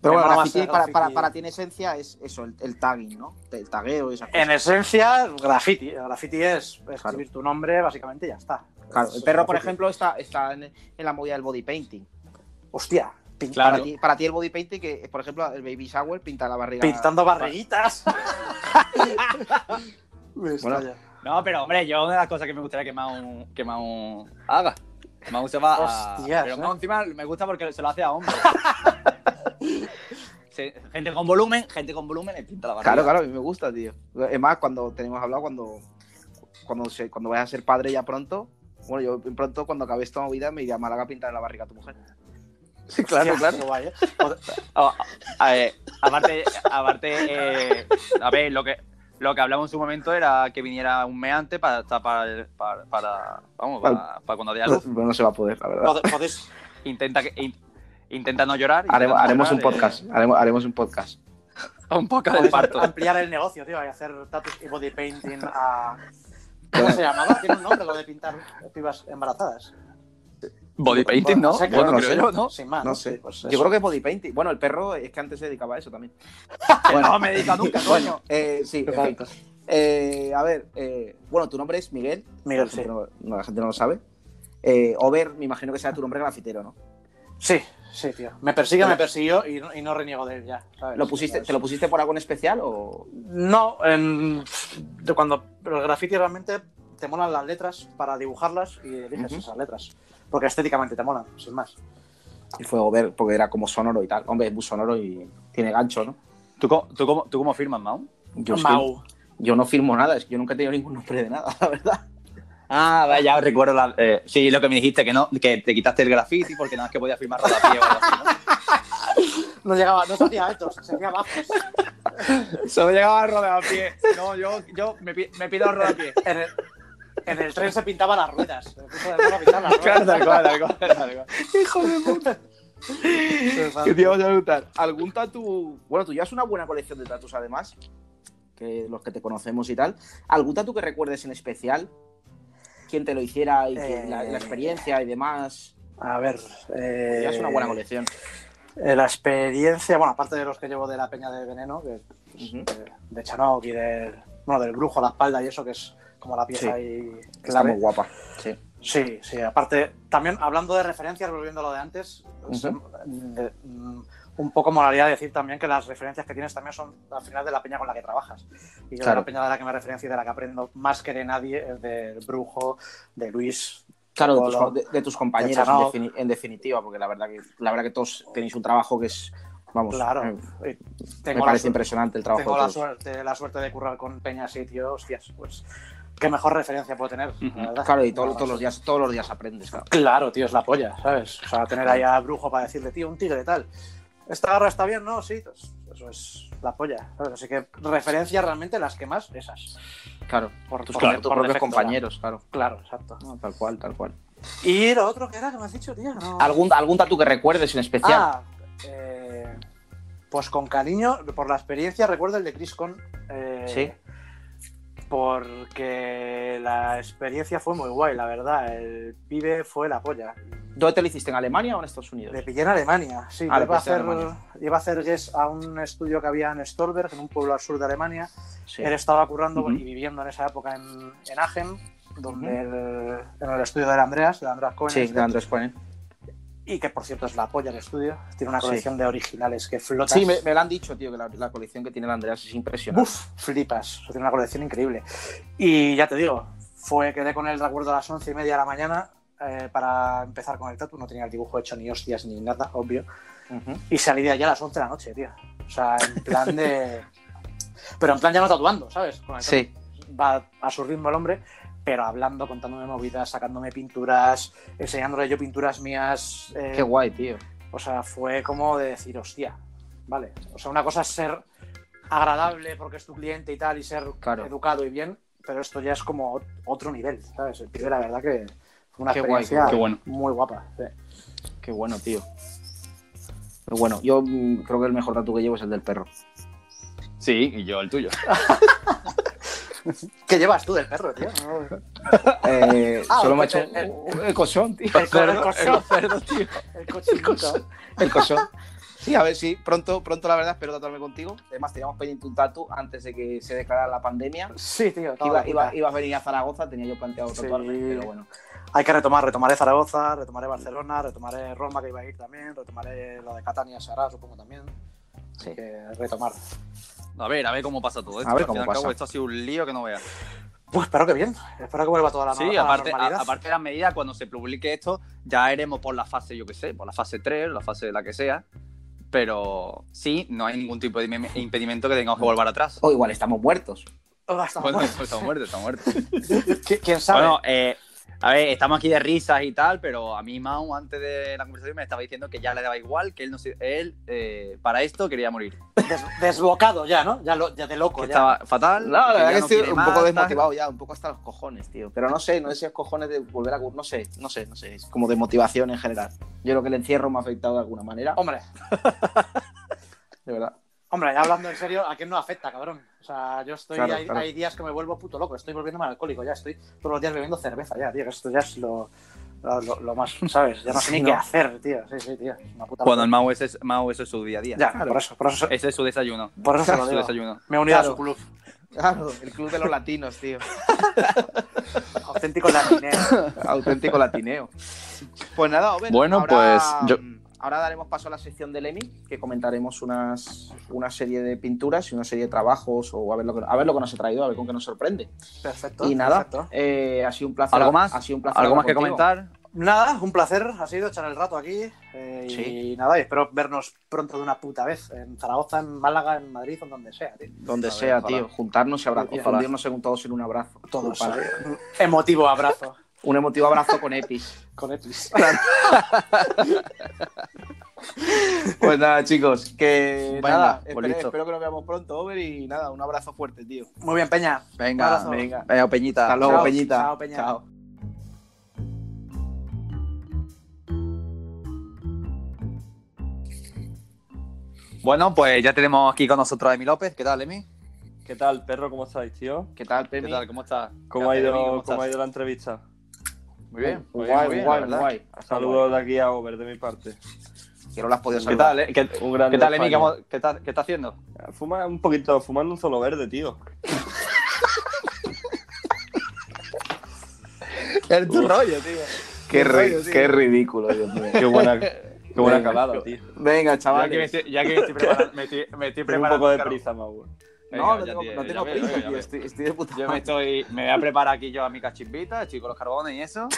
Speaker 1: Pero
Speaker 3: me
Speaker 1: bueno,
Speaker 3: mola más
Speaker 1: graffiti,
Speaker 3: el
Speaker 1: para, para,
Speaker 3: graffiti.
Speaker 1: para ti en esencia es eso, el, el tagging, ¿no? El tagueo y esas cosas.
Speaker 3: En esencia, el graffiti. El graffiti es escribir
Speaker 1: Claro.
Speaker 3: tu nombre, básicamente, y ya está.
Speaker 1: Claro,
Speaker 3: Es
Speaker 1: el perro, por
Speaker 3: graffiti.
Speaker 1: ejemplo, está, está en, en la movida del body painting.
Speaker 3: Hostia, pin-
Speaker 1: Para, ti, para ti el body painting, que es, por ejemplo, el baby shower pinta la barriga.
Speaker 3: pintando barriguitas. [laughs] Me
Speaker 1: Bueno,
Speaker 3: estalla.
Speaker 2: No, pero hombre, yo una de las cosas que me gustaría que Mau, que Mau haga. Mau se va a.
Speaker 3: Hostias,
Speaker 2: pero
Speaker 3: ¿eh?
Speaker 2: Mau encima me gusta porque se lo hace a hombre. [laughs] gente con volumen, gente con volumen le pinta la barriga.
Speaker 1: Claro, claro, a mí me gusta, tío. Es más, cuando tenemos hablado, cuando cuando, se- cuando vayas a ser padre ya pronto, bueno, yo pronto cuando acabe esta movida me iré a Málaga a pintar la barriga a tu mujer.
Speaker 2: Sí,
Speaker 3: Hostia, qué guay, ¿eh?
Speaker 2: A, a ver, aparte, aparte eh, a ver, lo que, lo que hablamos en su momento era que viniera un mes antes para, estar para, el- para, para- vamos, para, para cuando dé a
Speaker 1: No,
Speaker 2: luz.
Speaker 1: no se va a poder, la verdad.
Speaker 3: Pod- podéis-
Speaker 2: Intenta, que, in- intenta no llorar.
Speaker 1: Haremos,
Speaker 2: intenta no
Speaker 1: haremos un
Speaker 2: llorar,
Speaker 1: podcast, haremos, haremos un podcast.
Speaker 2: eh, un podcast de
Speaker 3: Podéis
Speaker 2: parto.
Speaker 3: ampliar el negocio, tío, y hacer tattoos y body painting a... ¿Cómo se llamaba? Tiene un nombre lo de pintar pibas embarazadas.
Speaker 4: Body painting, ¿no?
Speaker 3: sé que-
Speaker 4: Bueno,
Speaker 1: no
Speaker 4: creo
Speaker 1: sé.
Speaker 4: yo, ¿no?
Speaker 3: Sin más.
Speaker 1: No sé.
Speaker 3: Pues
Speaker 1: Yo
Speaker 3: eso.
Speaker 1: creo que es body painting. Bueno, el perro es que antes se dedicaba a eso también.
Speaker 2: No me dedica nunca, coño.
Speaker 1: Bueno, eh, sí, en fin. Eh, a ver, eh, bueno, tu nombre es Miguel.
Speaker 3: Miguel,
Speaker 1: La
Speaker 3: sí.
Speaker 1: gente no- no, la gente no lo sabe. Eh, Over, me imagino que sea tu nombre grafitero, ¿no?
Speaker 3: Sí, sí, tío. Me persigue, me persiguió y no, y no reniego de él ya. ¿sabes?
Speaker 1: ¿Lo pusiste, ¿Te lo pusiste por algo en especial o...?
Speaker 3: No, en... de cuando el graffiti realmente te molan las letras para dibujarlas y eliges
Speaker 1: Ujú.
Speaker 3: esas letras. Porque estéticamente te molan, sin más.
Speaker 1: Y fue Over, porque era como sonoro y tal. Hombre, es muy sonoro y tiene gancho, ¿no?
Speaker 2: ¿Tú, co- tú, cómo, ¿Tú cómo firmas, Mau?
Speaker 1: Yo, es que-
Speaker 3: Mau.
Speaker 1: yo no firmo nada, es que yo nunca he tenido ningún nombre de nada, [laughs] la verdad.
Speaker 2: Ah, vale, ya recuerdo la, eh, sí, lo que me dijiste, que no, que te quitaste el graffiti porque nada más que podía firmar rodapié o algo así,
Speaker 3: No llegaba, no se hacía altos, se hacía bajos.
Speaker 2: ¿no? [laughs] Solo llegaba a rodapié. No, yo, yo me, me pido rodapié.
Speaker 3: En el, en el tren se pintaban las ruedas. Se puso de moda pintar las [laughs]
Speaker 2: [laughs]
Speaker 3: ruedas.
Speaker 2: Claro, tal cual, tal cual, tal cual.
Speaker 1: Dios, a preguntar.
Speaker 2: Ah,
Speaker 1: ¿Algún tatu...? Bueno, tú llevas una buena colección de tatus, además, que los que te conocemos y tal. ¿Algún tatu que recuerdes en especial? ¿Quién te lo hiciera y qué-
Speaker 3: Eh.
Speaker 1: la, la experiencia y demás?
Speaker 3: A ver. eh,
Speaker 1: Ya es una buena colección.
Speaker 3: eh, la experiencia, bueno, aparte de los que llevo de la Peña de Veneno, que-
Speaker 1: Ujú.
Speaker 3: de, de Chanok y del, bueno, del brujo a la espalda y eso, que es como la pieza
Speaker 1: Sí.
Speaker 3: ahí
Speaker 1: Está
Speaker 3: clave.
Speaker 1: muy guapa. Sí.
Speaker 3: Sí, sí, aparte, también hablando de referencias, volviendo a lo de antes, es,
Speaker 1: Ujú.
Speaker 3: de- mm, un poco molaría decir también que las referencias que tienes también son al final de la peña con la que trabajas. Y yo de
Speaker 4: Claro.
Speaker 3: la peña de la que me referencio y de la que aprendo más que de nadie es del Brujo, de Luis.
Speaker 1: Claro, de tus,
Speaker 3: Polo,
Speaker 1: de- de tus compañeros,
Speaker 3: de Chanao.
Speaker 1: en, defini- en definitiva, porque la verdad que la verdad que todos tenéis un trabajo que es, vamos,
Speaker 3: Claro.
Speaker 1: eh,
Speaker 3: Y
Speaker 1: me
Speaker 3: Tengo, la,
Speaker 1: parece
Speaker 3: suerte,
Speaker 1: impresionante el trabajo.
Speaker 3: tengo
Speaker 1: de
Speaker 3: la,
Speaker 1: todos.
Speaker 3: suerte, la suerte de currar con Peña así, tío, hostias, pues qué mejor referencia puedo tener, la verdad.
Speaker 1: Claro, y todo-
Speaker 3: No,
Speaker 1: todos los días, todos los días aprendes, claro.
Speaker 3: Claro, tío, es la polla, ¿sabes? O sea, tener ahí a Brujo para decirle, tío, un tigre tal. Esta garra está bien, ¿no? Sí, pues, eso es la polla, ¿sabes? Así que referencias realmente las que más, esas.
Speaker 1: Claro.
Speaker 3: Por,
Speaker 1: Tus, Pues
Speaker 3: por-
Speaker 1: claro, Ah. tus
Speaker 3: por
Speaker 1: propios
Speaker 3: defecto,
Speaker 1: compañeros, claro.
Speaker 3: la- Claro, exacto.
Speaker 1: No, tal cual, tal cual.
Speaker 3: Y lo otro que era que me has dicho, tío. No...
Speaker 1: ¿Algún, algún tatu que recuerdes en especial?
Speaker 3: Ah, eh, pues con cariño, por la experiencia, recuerdo el de Chris Con. eh,
Speaker 1: Sí.
Speaker 3: Porque la experiencia fue muy guay, la verdad. El pibe fue la polla.
Speaker 1: ¿Dónde te lo hiciste? ¿En Alemania o en Estados Unidos?
Speaker 3: Le pillé en Alemania, sí.
Speaker 1: Ah,
Speaker 3: yo
Speaker 1: le
Speaker 3: iba, a
Speaker 1: pillaste en
Speaker 3: hacer,
Speaker 1: Alemania.
Speaker 3: yo iba a hacer guest a un estudio que había en Stolberg, en un pueblo al sur de Alemania.
Speaker 1: Sí.
Speaker 3: Él estaba currando
Speaker 4: Ujú.
Speaker 3: y viviendo en esa época en, en Aachen, donde el- en el estudio del Andreas, de Andreas Cohen.
Speaker 1: Sí, de Andrés Cohen.
Speaker 3: Y que, por cierto, es la polla del estudio. Tiene una
Speaker 1: Sí.
Speaker 3: colección de originales que flotas.
Speaker 1: Sí, me, me lo han dicho, tío, que la, la colección que tiene el Andreas es impresionante.
Speaker 3: Uf, flipas. Tiene una colección increíble. Y ya te digo, fue quedé con él, recuerdo, a las once y media de la mañana eh, para empezar con el tatu. No tenía el dibujo hecho ni hostias ni nada, obvio.
Speaker 1: Ujú.
Speaker 3: Y salí de allá a las 11 de la noche, tío. O sea, en
Speaker 1: [laughs]
Speaker 3: plan de. pero en plan ya no tatuando, ¿sabes? Con el
Speaker 1: Sí,
Speaker 3: tatu Va a su ritmo el hombre, pero hablando, contándome movidas, sacándome pinturas, enseñándole yo pinturas mías. eh,
Speaker 1: qué guay, tío.
Speaker 3: o sea, fue como de decir, hostia, ¿vale? O sea, una cosa es ser agradable porque es tu cliente y tal, y ser
Speaker 1: Claro.
Speaker 3: educado y bien, pero esto ya es como ot- otro nivel, ¿sabes? El pibe, la verdad, que fue una
Speaker 1: Qué guay,
Speaker 3: experiencia
Speaker 4: qué bueno.
Speaker 3: muy guapa. sí.
Speaker 1: Qué bueno, tío. Pero bueno, yo mm, creo que el mejor tatu que llevo es el del [laughs] perro.
Speaker 4: Sí, y yo el tuyo.
Speaker 3: ¿Qué llevas tú del perro, tío?
Speaker 1: Eh,
Speaker 3: Ah,
Speaker 1: solo me ha
Speaker 3: el-
Speaker 1: hecho
Speaker 3: el- el-
Speaker 1: un- el cosón, tío.
Speaker 3: [laughs] El co- el
Speaker 1: cerdo,
Speaker 3: cosón.
Speaker 1: cerdo, tío.
Speaker 3: [laughs] El cochinito.
Speaker 1: El cosón. [laughs] Sí, a ver, sí, pronto, pronto la verdad espero tatuarme contigo. Además, teníamos pendiente un tatu antes de que se declarara la pandemia.
Speaker 3: Sí, tío.
Speaker 1: Que
Speaker 3: toda
Speaker 1: iba,
Speaker 3: la
Speaker 1: iba-
Speaker 3: puta.
Speaker 1: ibas a venir a Zaragoza, tenía yo planteado
Speaker 3: Sí.
Speaker 1: tatuarme, pero bueno.
Speaker 3: Hay que retomar, retomaré Zaragoza, retomaré Barcelona, retomaré Roma que iba a ir también, retomaré lo de Catania se hará, supongo también. Así
Speaker 1: Sí.
Speaker 3: que retomar.
Speaker 4: A ver, a ver cómo pasa todo esto.
Speaker 1: A ver
Speaker 4: Al fin
Speaker 1: cómo
Speaker 4: y al cabo,
Speaker 1: pasa.
Speaker 4: esto ha sido un lío que no veas.
Speaker 3: Pues espero que bien, espero que vuelva toda la, no- a
Speaker 4: Sí,
Speaker 3: la
Speaker 4: aparte, a-
Speaker 3: normalidad.
Speaker 4: aparte de las medidas, cuando se publique esto, ya iremos por la fase, yo qué sé, por la fase 3, la fase de la que sea. Pero sí, no hay ningún tipo de im- impedimento que tengamos que volver atrás.
Speaker 1: O igual estamos muertos.
Speaker 3: Oh, hasta-
Speaker 4: Bueno, estamos muertos, estamos muertos.
Speaker 1: [laughs]
Speaker 3: [laughs] ¿Qui- ¿Quién sabe?
Speaker 4: Bueno, eh, a ver, estamos aquí de risas y tal, pero a mí Mau, antes de la conversación, me estaba diciendo que ya le daba igual, que él, no se- él eh, para esto quería morir.
Speaker 3: Des- desbocado ya, ¿no? Ya, lo- ya de loco.
Speaker 4: Que
Speaker 3: ya.
Speaker 4: estaba fatal.
Speaker 1: No, Pues la
Speaker 4: ya
Speaker 1: verdad que
Speaker 4: no
Speaker 1: estoy
Speaker 4: quiere
Speaker 1: un
Speaker 4: más,
Speaker 1: poco
Speaker 4: tal.
Speaker 1: desmotivado ya, un poco hasta los cojones, tío. Pero no sé, no sé si es cojones de volver a... cur- No sé, no sé, no sé. Es como desmotivación en general. Yo creo que el encierro me ha afectado de alguna manera,
Speaker 3: Hombre,
Speaker 1: de verdad.
Speaker 3: hombre, ya hablando en serio, ¿a quién no afecta, cabrón? O sea, yo estoy.
Speaker 1: Claro,
Speaker 3: hay,
Speaker 1: claro.
Speaker 3: hay días que me vuelvo puto loco, estoy volviéndome alcohólico, ya estoy todos los días bebiendo cerveza, ya, tío, que esto ya es lo. Lo, lo- lo más, ¿sabes? Ya no sé
Speaker 1: Sí,
Speaker 3: ni
Speaker 1: ¿no?
Speaker 3: qué hacer, tío. Sí, sí, tío. es Una puta
Speaker 4: Cuando el
Speaker 3: locura.
Speaker 4: Mau, ese es, Mau, eso es su día a día.
Speaker 3: Ya, por eso, por eso,
Speaker 4: Ese es su desayuno.
Speaker 3: por eso se
Speaker 1: [laughs]
Speaker 4: Su
Speaker 3: lo digo.
Speaker 4: desayuno.
Speaker 3: Me he unido
Speaker 1: Eh, Claro.
Speaker 3: a su club.
Speaker 1: Claro, el club de los latinos, tío. [laughs]
Speaker 3: Auténtico latineo.
Speaker 1: Auténtico latineo. Pues nada, Oben,
Speaker 4: Bueno,
Speaker 1: ahora, mm,
Speaker 4: pues yo-
Speaker 1: ahora daremos paso a la sección del EMI, que comentaremos unas, una serie de pinturas y una serie de trabajos, o a ver lo que, a ver lo que nos ha traído, a ver con qué nos sorprende.
Speaker 3: Perfecto.
Speaker 1: y nada,
Speaker 3: perfecto.
Speaker 1: eh, ha sido un placer.
Speaker 4: ¿Algo más?
Speaker 1: Ha sido un placer
Speaker 4: ¿Algo más que
Speaker 1: hablar contigo.
Speaker 4: comentar?
Speaker 3: Nada, un placer. Ha sido echar el rato aquí. eh,
Speaker 1: Sí.
Speaker 3: Y nada, y espero vernos pronto de una puta vez. En Zaragoza, en Málaga, en Madrid o en donde sea, tío.
Speaker 1: Donde
Speaker 4: A ver,
Speaker 1: sea,
Speaker 4: ojalá.
Speaker 1: tío. Juntarnos y abrazarnos.
Speaker 3: Ojalá.
Speaker 1: Fundirnos según todos en un abrazo.
Speaker 3: Todos.
Speaker 1: Vale.
Speaker 3: ¿sabes? Emotivo abrazo.
Speaker 1: Un emotivo abrazo con Epis.
Speaker 3: Con Epis.
Speaker 1: [laughs] Pues nada, chicos, que
Speaker 4: Venga,
Speaker 1: nada,
Speaker 4: pues
Speaker 1: espero,
Speaker 4: listo.
Speaker 1: espero que nos veamos pronto, Over, y nada, un abrazo fuerte, tío.
Speaker 3: Muy bien, Peña. Un
Speaker 4: Venga,
Speaker 3: abrazo.
Speaker 4: venga. Venga, Peñita.
Speaker 1: Hasta luego,
Speaker 3: Chao.
Speaker 1: Peñita.
Speaker 3: Chao, Peña.
Speaker 1: Chao.
Speaker 4: Bueno, pues ya tenemos aquí con nosotros a Emi López. ¿Qué tal, Emi?
Speaker 5: ¿Qué tal, perro? ¿Cómo estáis, tío?
Speaker 1: ¿Qué tal,
Speaker 4: ¿Qué
Speaker 1: Pemi?
Speaker 4: tal? ¿Cómo estás?
Speaker 5: ¿Cómo
Speaker 4: ¿Qué
Speaker 5: ha
Speaker 4: haces, Emi?
Speaker 5: ido,
Speaker 4: estás?
Speaker 5: cómo ha ido la entrevista?
Speaker 2: Muy bien. Muy bien,
Speaker 5: guay,
Speaker 2: muy bien,
Speaker 5: guay,
Speaker 2: la verdad.
Speaker 5: guay. Saludos de aquí a Over de mi parte.
Speaker 1: Que no las has podido
Speaker 2: ¿Qué
Speaker 1: salvar.
Speaker 2: tal, eh? ¿Qué,
Speaker 5: Un grande
Speaker 2: qué tal, Emi?
Speaker 5: España.
Speaker 2: ¿Cómo- ¿Qué, tal- qué está haciendo?
Speaker 5: Fuma un poquito, fumando un solo verde, tío.
Speaker 6: Es tu rollo, tío.
Speaker 1: Qué, ri-
Speaker 6: rollo, tío.
Speaker 1: qué ridículo, Dios mío.
Speaker 5: Qué buena, [laughs] qué buena calada, tío.
Speaker 1: [laughs] Venga,
Speaker 2: Ya que, me
Speaker 1: chavales.
Speaker 2: estoy, ya que [laughs] me estoy preparando. Me estoy, me estoy
Speaker 5: Tengo un
Speaker 2: preparando.
Speaker 5: poco de
Speaker 2: claro.
Speaker 5: prisa, Mau.
Speaker 1: No, no
Speaker 2: Venga, ya,
Speaker 1: tengo,
Speaker 2: tío,
Speaker 1: no
Speaker 2: ya
Speaker 1: tengo
Speaker 2: veo,
Speaker 1: prisa,
Speaker 2: ya veo,
Speaker 1: tío.
Speaker 2: ya
Speaker 1: Estoy, estoy de puta
Speaker 2: Yo me
Speaker 1: madre.
Speaker 2: estoy. Me voy a preparar aquí yo a mi cachimbita, estoy con los carbones y eso.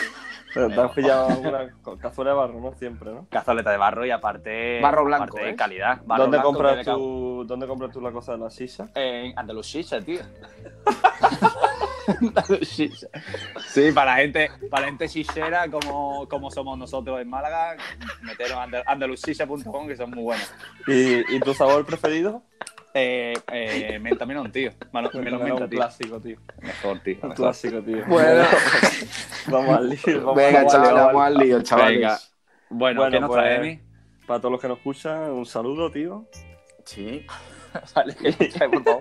Speaker 5: Pero te has pillado alguna co- cazuela de barro, ¿no? Siempre, ¿no?
Speaker 2: Cazoleta de barro y aparte.
Speaker 1: Barro blanco,
Speaker 2: aparte
Speaker 1: ¿eh?
Speaker 2: calidad. Barro
Speaker 5: ¿Dónde
Speaker 2: blanco,
Speaker 5: compras,
Speaker 2: que de cabo-
Speaker 5: tú, ¿Dónde compras tú la cosa de la sisa?
Speaker 2: En Andalucía, [laughs] tío. Andalucía. Sí, para gente, para gente chichera como, como somos nosotros en Málaga, meteros a andalucía.com que son muy buenos.
Speaker 5: ¿Y, y tu sabor preferido?
Speaker 2: Eh, eh, menta melón, tío. Malo- Melón
Speaker 5: Era
Speaker 2: menta,
Speaker 5: un
Speaker 2: tío.
Speaker 5: clásico,
Speaker 2: [laughs]
Speaker 5: tío.
Speaker 2: Mejor, tío.
Speaker 5: Un
Speaker 2: mejor.
Speaker 5: clásico, tío.
Speaker 1: [laughs] Bueno.
Speaker 5: [laughs] vamos al lío. Vamos
Speaker 1: Venga,
Speaker 5: al
Speaker 1: chavales,
Speaker 5: lío.
Speaker 1: vamos al lío, chavales.
Speaker 2: Venga. Bueno,
Speaker 5: Bueno,
Speaker 2: ¿qué nos
Speaker 5: pues-
Speaker 2: trae Emi?
Speaker 5: Para todos los que nos escuchan, un saludo, tío.
Speaker 1: Sí.
Speaker 2: [laughs] Vale, ¿qué
Speaker 1: [laughs]
Speaker 2: nos trae, por favor?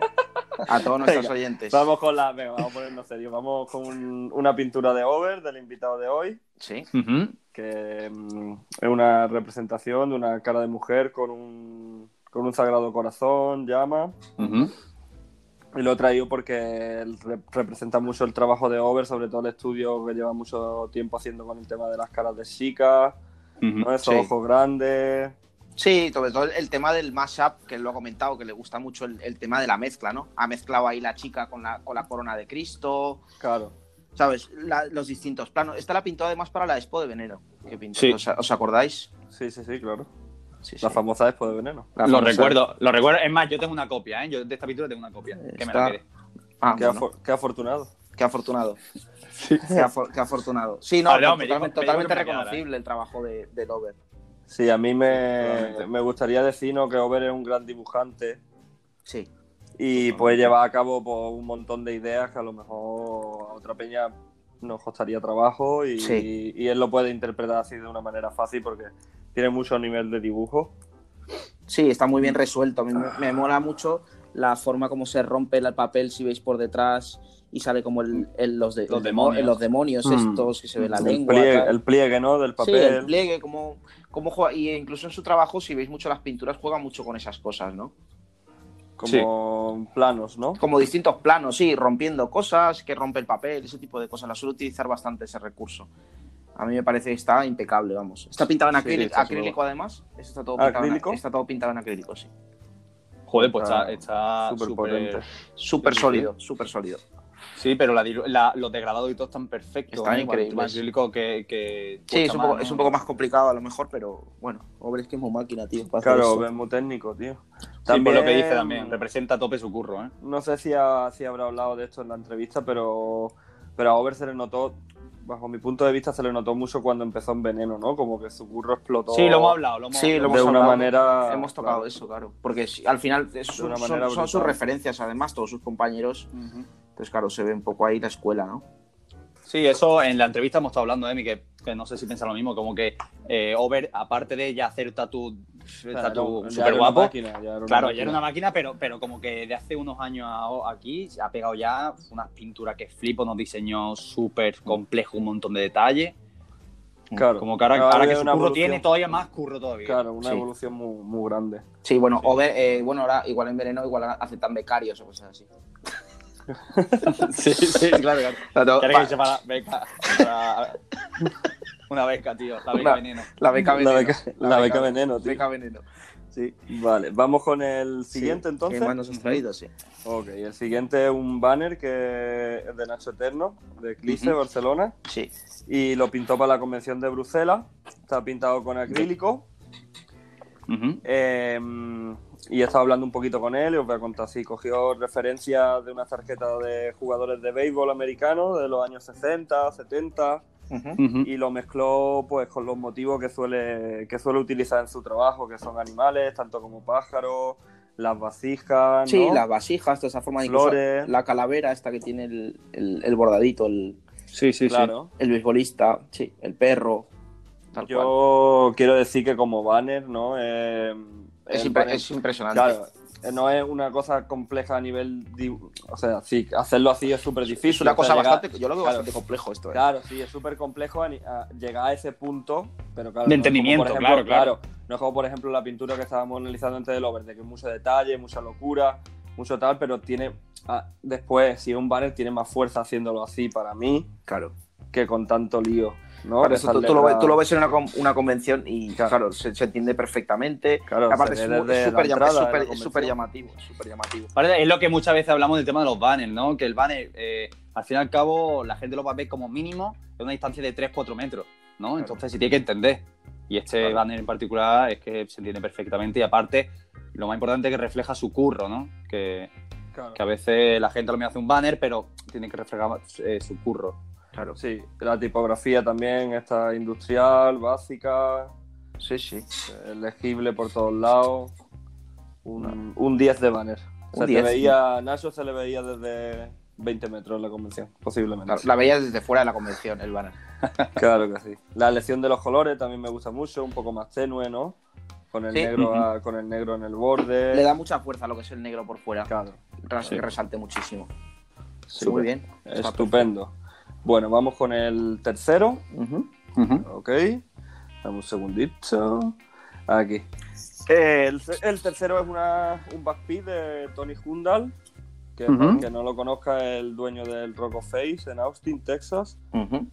Speaker 1: A todos nuestros oyentes.
Speaker 5: Vamos con la. Venga, vamos a ponernos serio. Vamos con un- una pintura de over del invitado de hoy,
Speaker 1: Sí.
Speaker 2: Ujú.
Speaker 5: que mm, es una representación de una cara de mujer con un, con un sagrado corazón, llama.
Speaker 2: Ujú.
Speaker 5: Y lo he traído porque él re- representa mucho el trabajo de Over, sobre todo el estudio que lleva mucho tiempo haciendo con el tema de las caras de chicas, ¿no? esos
Speaker 1: sí.
Speaker 5: ojos grandes.
Speaker 1: Sí, sobre todo el, el tema del mashup, que lo ha comentado, que le gusta mucho el, el tema de la mezcla, ¿no? Ha mezclado ahí la chica con la, con la corona de Cristo,
Speaker 5: Claro.
Speaker 1: ¿sabes? La- los distintos planos. Esta la pintó además para la Expo de Veneno. Que pintó.
Speaker 2: Sí.
Speaker 1: ¿Os, os acordáis?
Speaker 5: Sí, sí, sí, claro.
Speaker 1: Sí,
Speaker 5: La famosa después de veneno.
Speaker 1: La
Speaker 2: Lo
Speaker 1: famosa-
Speaker 2: recuerdo, lo recuerdo. Es más, yo tengo una copia, ¿eh? Yo de esta pintura tengo una copia. Que me la
Speaker 1: Está-
Speaker 2: quede.
Speaker 1: Ah,
Speaker 5: Qué,
Speaker 1: bueno,
Speaker 5: afo- qué afortunado.
Speaker 1: qué afortunado. Qué, afo- qué afortunado. Sí, no,
Speaker 2: Ah, no,
Speaker 1: totalmente,
Speaker 2: me digo- me ¿eh? digo
Speaker 1: totalmente
Speaker 2: que me quedará,
Speaker 1: reconocible el trabajo de, de Lover.
Speaker 5: Sí, a mí
Speaker 2: Totalmente.
Speaker 5: me, me gustaría decirnos que Over es un gran dibujante
Speaker 1: Sí.
Speaker 5: y puede llevar a cabo pues, un montón de ideas que a lo mejor a otra peña nos costaría trabajo y,
Speaker 1: Sí.
Speaker 5: y él lo puede interpretar así de una manera fácil porque tiene mucho nivel de dibujo.
Speaker 1: Sí, está muy bien resuelto. A mí me,
Speaker 5: Ah.
Speaker 1: me mola mucho la forma como se rompe el papel si veis por detrás y sale como el, el- los, de-
Speaker 2: Los
Speaker 1: el demo-
Speaker 2: demonios.
Speaker 1: los demonios
Speaker 5: Mm.
Speaker 1: estos que se ve la
Speaker 5: el,
Speaker 1: lengua.
Speaker 5: pliegue,
Speaker 1: tal.
Speaker 5: el pliegue, ¿no? Del
Speaker 1: Sí, el
Speaker 5: papel.
Speaker 1: pliegue, como, como juega. Y incluso en su trabajo, si veis mucho las pinturas, juega mucho con esas cosas, ¿no?
Speaker 5: como planos, ¿no?
Speaker 1: Como distintos planos, sí, rompiendo cosas, que rompe el papel, ese tipo de cosas. La suele utilizar bastante ese recurso. A mí me parece que está impecable, vamos. Está pintado en
Speaker 5: Sí,
Speaker 1: acrílico,
Speaker 5: está súper
Speaker 1: acrílico además. Eso está, todo pintado
Speaker 5: ¿Acrílico?
Speaker 1: En, está todo pintado en acrílico, sí.
Speaker 2: Joder, pues está,
Speaker 5: Está
Speaker 2: está
Speaker 5: Súper
Speaker 2: súper-
Speaker 5: potente.
Speaker 1: Súper
Speaker 2: Sí, sí, sí.
Speaker 1: sólido, súper sólido.
Speaker 2: Sí, pero la, dilu- la- los degradados y todo están perfectos.
Speaker 1: Están
Speaker 2: ¿eh? Igual,
Speaker 1: increíbles.
Speaker 2: más acrílico que, que
Speaker 1: Sí, es
Speaker 2: cuesta
Speaker 1: un, poco,
Speaker 2: más,
Speaker 1: es
Speaker 2: ¿no?
Speaker 1: un poco más complicado a lo mejor, pero bueno, hombre, es que es muy máquina, tío. para hacer
Speaker 5: Claro,
Speaker 1: eso.
Speaker 5: Over es muy técnico, tío.
Speaker 2: Sí, por lo que dice también. Representa a tope su curro, ¿eh?
Speaker 5: No sé si, ha- si habrá hablado de esto en la entrevista, pero, pero a Over se le notó, bajo mi punto de vista, se le notó mucho cuando empezó en Veneno, ¿no? Como que su curro explotó
Speaker 2: Sí, lo hemos hablado. Lo hemos
Speaker 1: Sí, lo
Speaker 5: de
Speaker 1: hemos
Speaker 5: una
Speaker 1: hablado.
Speaker 5: manera...
Speaker 1: Hemos tocado
Speaker 5: claro.
Speaker 1: eso, claro. Porque si- al final es-
Speaker 5: De una
Speaker 1: son,
Speaker 5: manera
Speaker 1: son- son sus
Speaker 5: brutal.
Speaker 1: referencias, además, todos sus compañeros. Entonces, claro, se ve un poco ahí la escuela, ¿no?
Speaker 2: Sí, eso en la entrevista hemos estado hablando, Emi, que, que no sé si piensa lo mismo, como que eh, Over, aparte de ya hacer tatu,
Speaker 5: Claro,
Speaker 2: tatu
Speaker 5: ya
Speaker 2: súper
Speaker 5: era una
Speaker 2: guapo,
Speaker 5: máquina, ya era una
Speaker 2: claro,
Speaker 5: máquina.
Speaker 2: ya era una máquina, pero, pero como que de hace unos años a- aquí ha pegado ya unas pinturas que flipo, unos diseños súper complejos, un montón de detalles.
Speaker 5: Claro.
Speaker 2: Como que ahora,
Speaker 5: Ahora
Speaker 2: ahora que
Speaker 5: hay
Speaker 2: su curro
Speaker 5: una evolución.
Speaker 2: tiene todavía más curro todavía. [laughs]
Speaker 5: Claro, una
Speaker 1: Sí.
Speaker 5: evolución muy, muy grande.
Speaker 1: Sí, bueno, o ver, eh, bueno, ahora igual en Veneno, igual aceptan becarios o cosas así.
Speaker 2: Sí, sí, claro, claro.
Speaker 1: La,
Speaker 2: Tienes que irse para beca. para- Una beca, tío. La beca
Speaker 1: Una-
Speaker 2: veneno.
Speaker 1: beca veneno.
Speaker 5: La beca, la beca veneno, tío.
Speaker 1: Beca veneno. Sí.
Speaker 5: Vale, vamos con el siguiente
Speaker 1: Sí.
Speaker 5: entonces.
Speaker 1: ¿Qué más nos has traído? Sí.
Speaker 5: Ok, el siguiente es un banner que es de Nacho Eterno, de Clice,
Speaker 1: Ujú.
Speaker 5: Barcelona,
Speaker 1: Sí.
Speaker 5: y lo pintó para la convención de Bruselas. Está pintado con acrílico. eh, y he estado hablando un poquito con él y os voy a contar. Sí, cogió referencias de unas tarjetas de jugadores de béisbol americano de los años 60, 70 y lo mezcló pues con los motivos que suele, que suele utilizar en su trabajo, que son animales, tanto como pájaros, las vasijas,
Speaker 1: Sí,
Speaker 5: Ah, ¿no?
Speaker 1: las vasijas, toda esa forma de incluso
Speaker 5: flores.
Speaker 1: La calavera esta que tiene el, el- el bordadito, el,
Speaker 2: Sí, sí,
Speaker 5: Claro.
Speaker 1: el beisbolista, sí, el perro, tal cual.
Speaker 5: Yo quiero decir que como banner, ¿no? Eh,
Speaker 1: Es,
Speaker 5: el
Speaker 1: impre-
Speaker 5: banner-
Speaker 1: es impresionante.
Speaker 5: Claro, eh, no es una cosa compleja a nivel. di- O sea, sí, hacerlo así es súper difícil.
Speaker 1: Es una cosa bastante. Yo lo veo
Speaker 5: claro.
Speaker 1: bastante complejo esto. ¿eh?
Speaker 5: Claro, sí, es súper complejo a ni- a llegar a ese punto, pero claro.
Speaker 2: De
Speaker 5: no es como, por
Speaker 2: entendimiento, claro, claro.
Speaker 5: No es como, por ejemplo, la pintura que estábamos analizando antes del over, de que mucho detalle, mucha locura, mucho tal, pero tiene. ah, después, si es un banner, tiene más fuerza haciéndolo así para mí
Speaker 1: Claro.
Speaker 5: que con tanto lío. ¿no?
Speaker 1: Por eso tú,
Speaker 5: Esas
Speaker 1: tú lo
Speaker 5: letras-
Speaker 1: ves, tú lo ves en una, con- una convención y
Speaker 5: Claro.
Speaker 1: claro, se, se entiende perfectamente.
Speaker 5: Claro,
Speaker 1: Aparte
Speaker 5: se
Speaker 1: es
Speaker 5: ve
Speaker 1: mu-
Speaker 5: desde
Speaker 1: es
Speaker 5: la
Speaker 1: súper llam-
Speaker 5: entrada
Speaker 1: es
Speaker 5: de la
Speaker 1: súper- es
Speaker 5: convención.
Speaker 1: súper llamativo, es súper llamativo.
Speaker 2: Vale, es lo que muchas veces hablamos del tema de los banners, ¿no? Que el banner, eh, al fin y al cabo, la gente lo va a ver como mínimo de una distancia de 3-4 metros, ¿no? Entonces se tiene que entender. Y este
Speaker 1: Claro.
Speaker 2: banner en particular es que se entiende perfectamente y aparte, lo más importante es que refleja su curro, ¿no? Que,
Speaker 5: Claro.
Speaker 2: que a veces la gente lo mira hace un banner, pero tiene que reflejar eh, su curro.
Speaker 1: Claro.
Speaker 5: Sí, la tipografía también está industrial, básica,
Speaker 1: Sí, sí.
Speaker 5: eh, legible por todos lados. Un, un 10 de banner.
Speaker 1: Un
Speaker 5: se te
Speaker 1: 10.
Speaker 5: veía, Nacho se le veía desde 20 metros en la convención, posiblemente.
Speaker 1: Claro, La veías desde fuera de la convención, el banner.
Speaker 5: Claro que sí. La elección de los colores también me gusta mucho, un poco más tenue, ¿no? Con el,
Speaker 1: Sí.
Speaker 5: negro, a- con el negro en el borde.
Speaker 1: Le da mucha fuerza a lo que es el negro por fuera.
Speaker 5: Claro.
Speaker 1: Ras-
Speaker 5: Sí.
Speaker 1: Que resalte muchísimo.
Speaker 5: Súper.
Speaker 1: Muy bien.
Speaker 5: Estupendo. Bueno, vamos con el tercero.
Speaker 1: Ujú.
Speaker 5: Ok. Dame un segundito. Aquí. Eh, el, el tercero es una, un backbeat de Tony Hundal, que para el que no lo conozca es el dueño del Rock of Face en Austin, Texas.
Speaker 1: Ujú.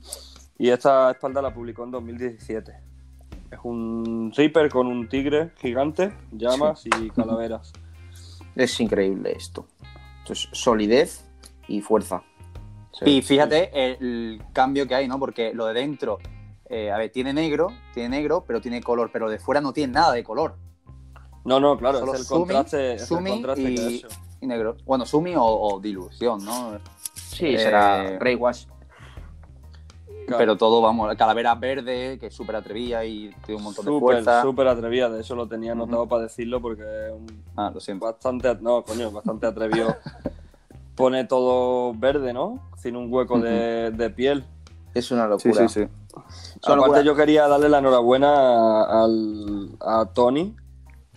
Speaker 5: Y esta espalda la publicó en 2017. Es un Reaper con un tigre gigante, llamas y calaveras.
Speaker 1: Es increíble esto. Entonces, solidez y fuerza.
Speaker 2: Y fíjate el cambio que hay, ¿no? Porque lo de dentro, eh, a ver, tiene negro, tiene negro, pero tiene color, pero de fuera no tiene nada de color.
Speaker 5: No, no, claro,
Speaker 2: Solo
Speaker 5: es el
Speaker 2: Sumi,
Speaker 5: contraste, es el
Speaker 2: Sumi
Speaker 5: contraste
Speaker 2: y-
Speaker 5: que ha hecho.
Speaker 2: Y negro. Bueno, sumi o, o dilución, ¿no?
Speaker 1: Sí,
Speaker 2: Eh,
Speaker 1: será Grey Wash.
Speaker 5: Claro.
Speaker 2: Pero todo, vamos, calavera verde, que es súper atrevida y tiene un montón de
Speaker 5: Súper,
Speaker 2: fuerza.
Speaker 5: súper atrevida, de hecho lo tenía
Speaker 2: Ujú.
Speaker 5: anotado para decirlo porque es un
Speaker 2: Ah, lo siento.
Speaker 5: bastante, no, coño,
Speaker 2: [laughs]
Speaker 5: bastante atrevido. Pone todo verde, ¿no? Sin un hueco de, de piel.
Speaker 1: Es una locura.
Speaker 2: sí.
Speaker 1: Son
Speaker 5: Aparte,
Speaker 1: locuras.
Speaker 5: yo quería darle la enhorabuena al, a Tony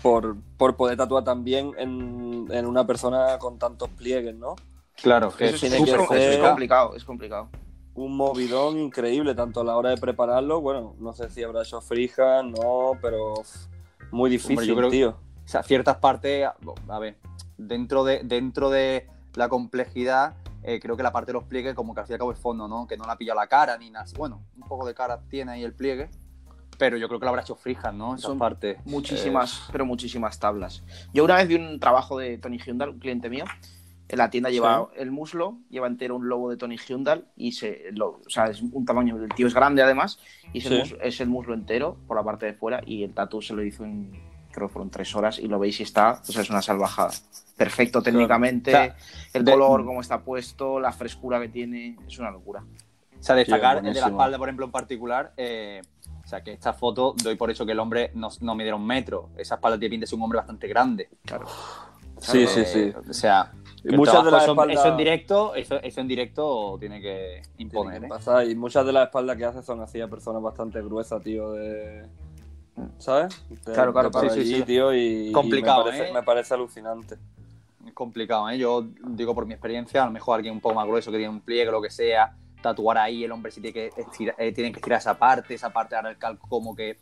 Speaker 5: por, por poder tatuar también en, en una persona con tantos pliegues, ¿no?
Speaker 2: Claro, que
Speaker 1: Eso
Speaker 2: es
Speaker 1: es,
Speaker 5: tiene que
Speaker 1: eso es
Speaker 5: ser-
Speaker 1: complicado, es complicado.
Speaker 5: Un movidón increíble, tanto a la hora de prepararlo, bueno, no sé si habrá hecho frija, no, pero uf, muy difícil,
Speaker 2: yo creo-
Speaker 5: tío.
Speaker 2: o sea, ciertas partes, a ver, dentro de, dentro de la complejidad, eh, creo que la parte de los pliegues, como que al fin y al cabo es fondo, ¿no? Que no la pilla la cara ni nada. Bueno, un poco de cara tiene ahí el pliegue, pero yo creo que lo habrá hecho frijas, ¿no? Esas
Speaker 1: Son
Speaker 2: partes. eh.
Speaker 1: Muchísimas, pero muchísimas tablas. Yo una vez vi un trabajo de Tony Hyundal, un cliente mío. En la tienda lleva el muslo, lleva entero un logo de Tony Hyundal y se lo, o sea, es un tamaño, el tío es grande además, y es, el,
Speaker 5: Sí.
Speaker 1: muslo, es el muslo entero por la parte de fuera y el tatu se lo hizo en, creo que fueron tres horas y lo veis y está, pues es una salvajada. Perfecto técnicamente,
Speaker 2: O sea,
Speaker 1: el
Speaker 2: de-
Speaker 1: color, cómo está puesto, la frescura que tiene, es una locura.
Speaker 2: O sea, destacar
Speaker 5: Tío,
Speaker 2: el de la
Speaker 5: buenísimo.
Speaker 2: espalda, por ejemplo, en particular. eh, o sea, que esta foto doy por hecho que el hombre no, no midiera un metro. Esa espalda tiene pinta de ser un hombre bastante grande.
Speaker 5: Sí,
Speaker 2: Eh,
Speaker 5: sí, sí.
Speaker 2: O sea,
Speaker 5: Y
Speaker 2: el
Speaker 5: muchas de
Speaker 2: trabajo,
Speaker 5: las
Speaker 2: eso,
Speaker 5: espaldas-
Speaker 2: eso en directo, eso, eso en directo tiene que
Speaker 5: Tiene
Speaker 2: imponer.
Speaker 5: que
Speaker 2: ¿eh?
Speaker 5: pasar, Y muchas de las espaldas que hace son así a personas bastante gruesas, tío, de... ¿Sabes? De-
Speaker 1: Claro, claro,
Speaker 5: de por
Speaker 2: sí, sí,
Speaker 5: allí,
Speaker 2: sí.
Speaker 5: tío, y, y
Speaker 2: Complicado,
Speaker 5: me, parece,
Speaker 2: ¿eh?
Speaker 5: me parece alucinante.
Speaker 2: Es complicado, ¿eh? Yo digo por mi experiencia, a lo mejor alguien un poco más grueso que tiene un pliegue, lo que sea, tatuar ahí, el hombre sí tiene que estirar, eh, tiene que estirar esa parte, esa parte ahora el calco como que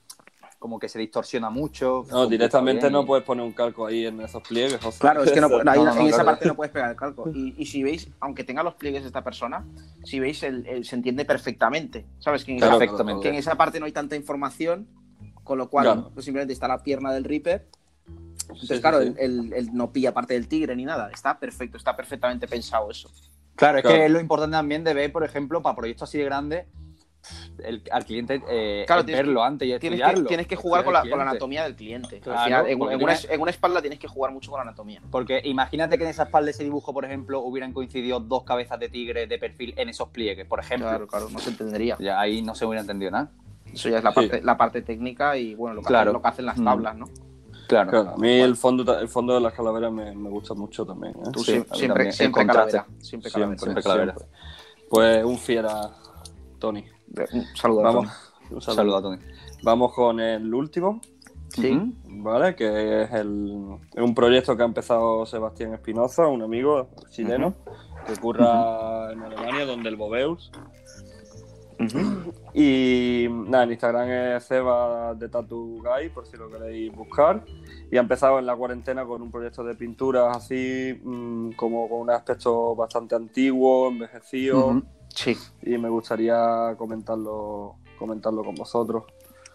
Speaker 2: como que se distorsiona mucho.
Speaker 5: No, directamente
Speaker 2: Bien.
Speaker 5: no puedes poner un calco ahí en esos pliegues. o sea,
Speaker 1: Claro, es que no,
Speaker 5: eso-
Speaker 1: no, ahí-
Speaker 5: [laughs] no, no,
Speaker 1: en esa
Speaker 5: claro.
Speaker 1: parte no puedes pegar el
Speaker 5: [laughs]
Speaker 1: calco. Y, y si veis, aunque tenga los pliegues de esta persona, si veis, el, el- se entiende perfectamente. ¿Sabes? Que en, esa,
Speaker 5: Claro,
Speaker 2: Perfectamente.
Speaker 1: que en esa parte no hay tanta información, con lo cual
Speaker 5: Claro.
Speaker 1: pues, simplemente está la pierna del Reaper. Entonces,
Speaker 5: Sí, sí,
Speaker 1: claro,
Speaker 5: sí.
Speaker 1: el- el- el no pilla parte del tigre ni nada. Está perfecto, está perfectamente pensado eso.
Speaker 2: Claro, es
Speaker 5: Claro.
Speaker 2: que es lo importante también de ver, por ejemplo, para proyectos así de grandes, el, al cliente eh,
Speaker 1: Claro,
Speaker 2: es
Speaker 1: tienes que-
Speaker 2: verlo antes y
Speaker 1: Tienes
Speaker 2: estudiarlo.
Speaker 1: que, tienes que jugar con la,
Speaker 2: Estudiar
Speaker 1: con la
Speaker 2: al cliente.
Speaker 1: anatomía del cliente.
Speaker 2: Claro,
Speaker 1: Al final, en,
Speaker 2: porque
Speaker 1: en una,
Speaker 2: tienes-
Speaker 1: en una espalda tienes que jugar mucho con la anatomía.
Speaker 2: Porque imagínate que en esa espalda de ese dibujo, por ejemplo, hubieran coincidido dos cabezas de tigre de perfil en esos pliegues, por ejemplo.
Speaker 1: Claro, claro, no se entendería.
Speaker 2: Ya ahí no se hubiera entendido nada.
Speaker 1: Eso ya es la,
Speaker 5: Sí.
Speaker 1: parte, la parte técnica y bueno, lo que,
Speaker 2: Claro.
Speaker 1: hacen, lo que hacen las
Speaker 2: Mm.
Speaker 1: tablas, ¿no?
Speaker 2: Claro.
Speaker 5: Claro, a mí el fondo, ta- el fondo de las calaveras me, me gusta mucho también. ¿eh?
Speaker 1: Tú
Speaker 2: Sí,
Speaker 1: sie-
Speaker 2: a mí también.
Speaker 1: siempre,
Speaker 2: El
Speaker 1: siempre
Speaker 2: contraste.
Speaker 1: calavera. Siempre
Speaker 5: Siempre,
Speaker 1: calavera.
Speaker 2: siempre calavera.
Speaker 5: siempre. Pues un fiera, Tony.
Speaker 1: Un saludo. a
Speaker 5: Vamos.
Speaker 1: todos.
Speaker 5: Un
Speaker 2: Saluda,
Speaker 5: saludo.
Speaker 2: Tony.
Speaker 5: Vamos con el último.
Speaker 2: Sí.
Speaker 5: ¿Vale? Que es el- es un proyecto que ha empezado Sebastián Espinoza, un amigo chileno, que curra en Alemania, donde el Bobeus. Y nada, en Instagram es Seba de Tattoo Guy, por si lo queréis buscar. Y ha empezado en la cuarentena con un proyecto de pinturas así, mm, como con un aspecto bastante antiguo, envejecido.
Speaker 2: Ujú. Sí.
Speaker 5: Y me gustaría comentarlo, comentarlo con vosotros.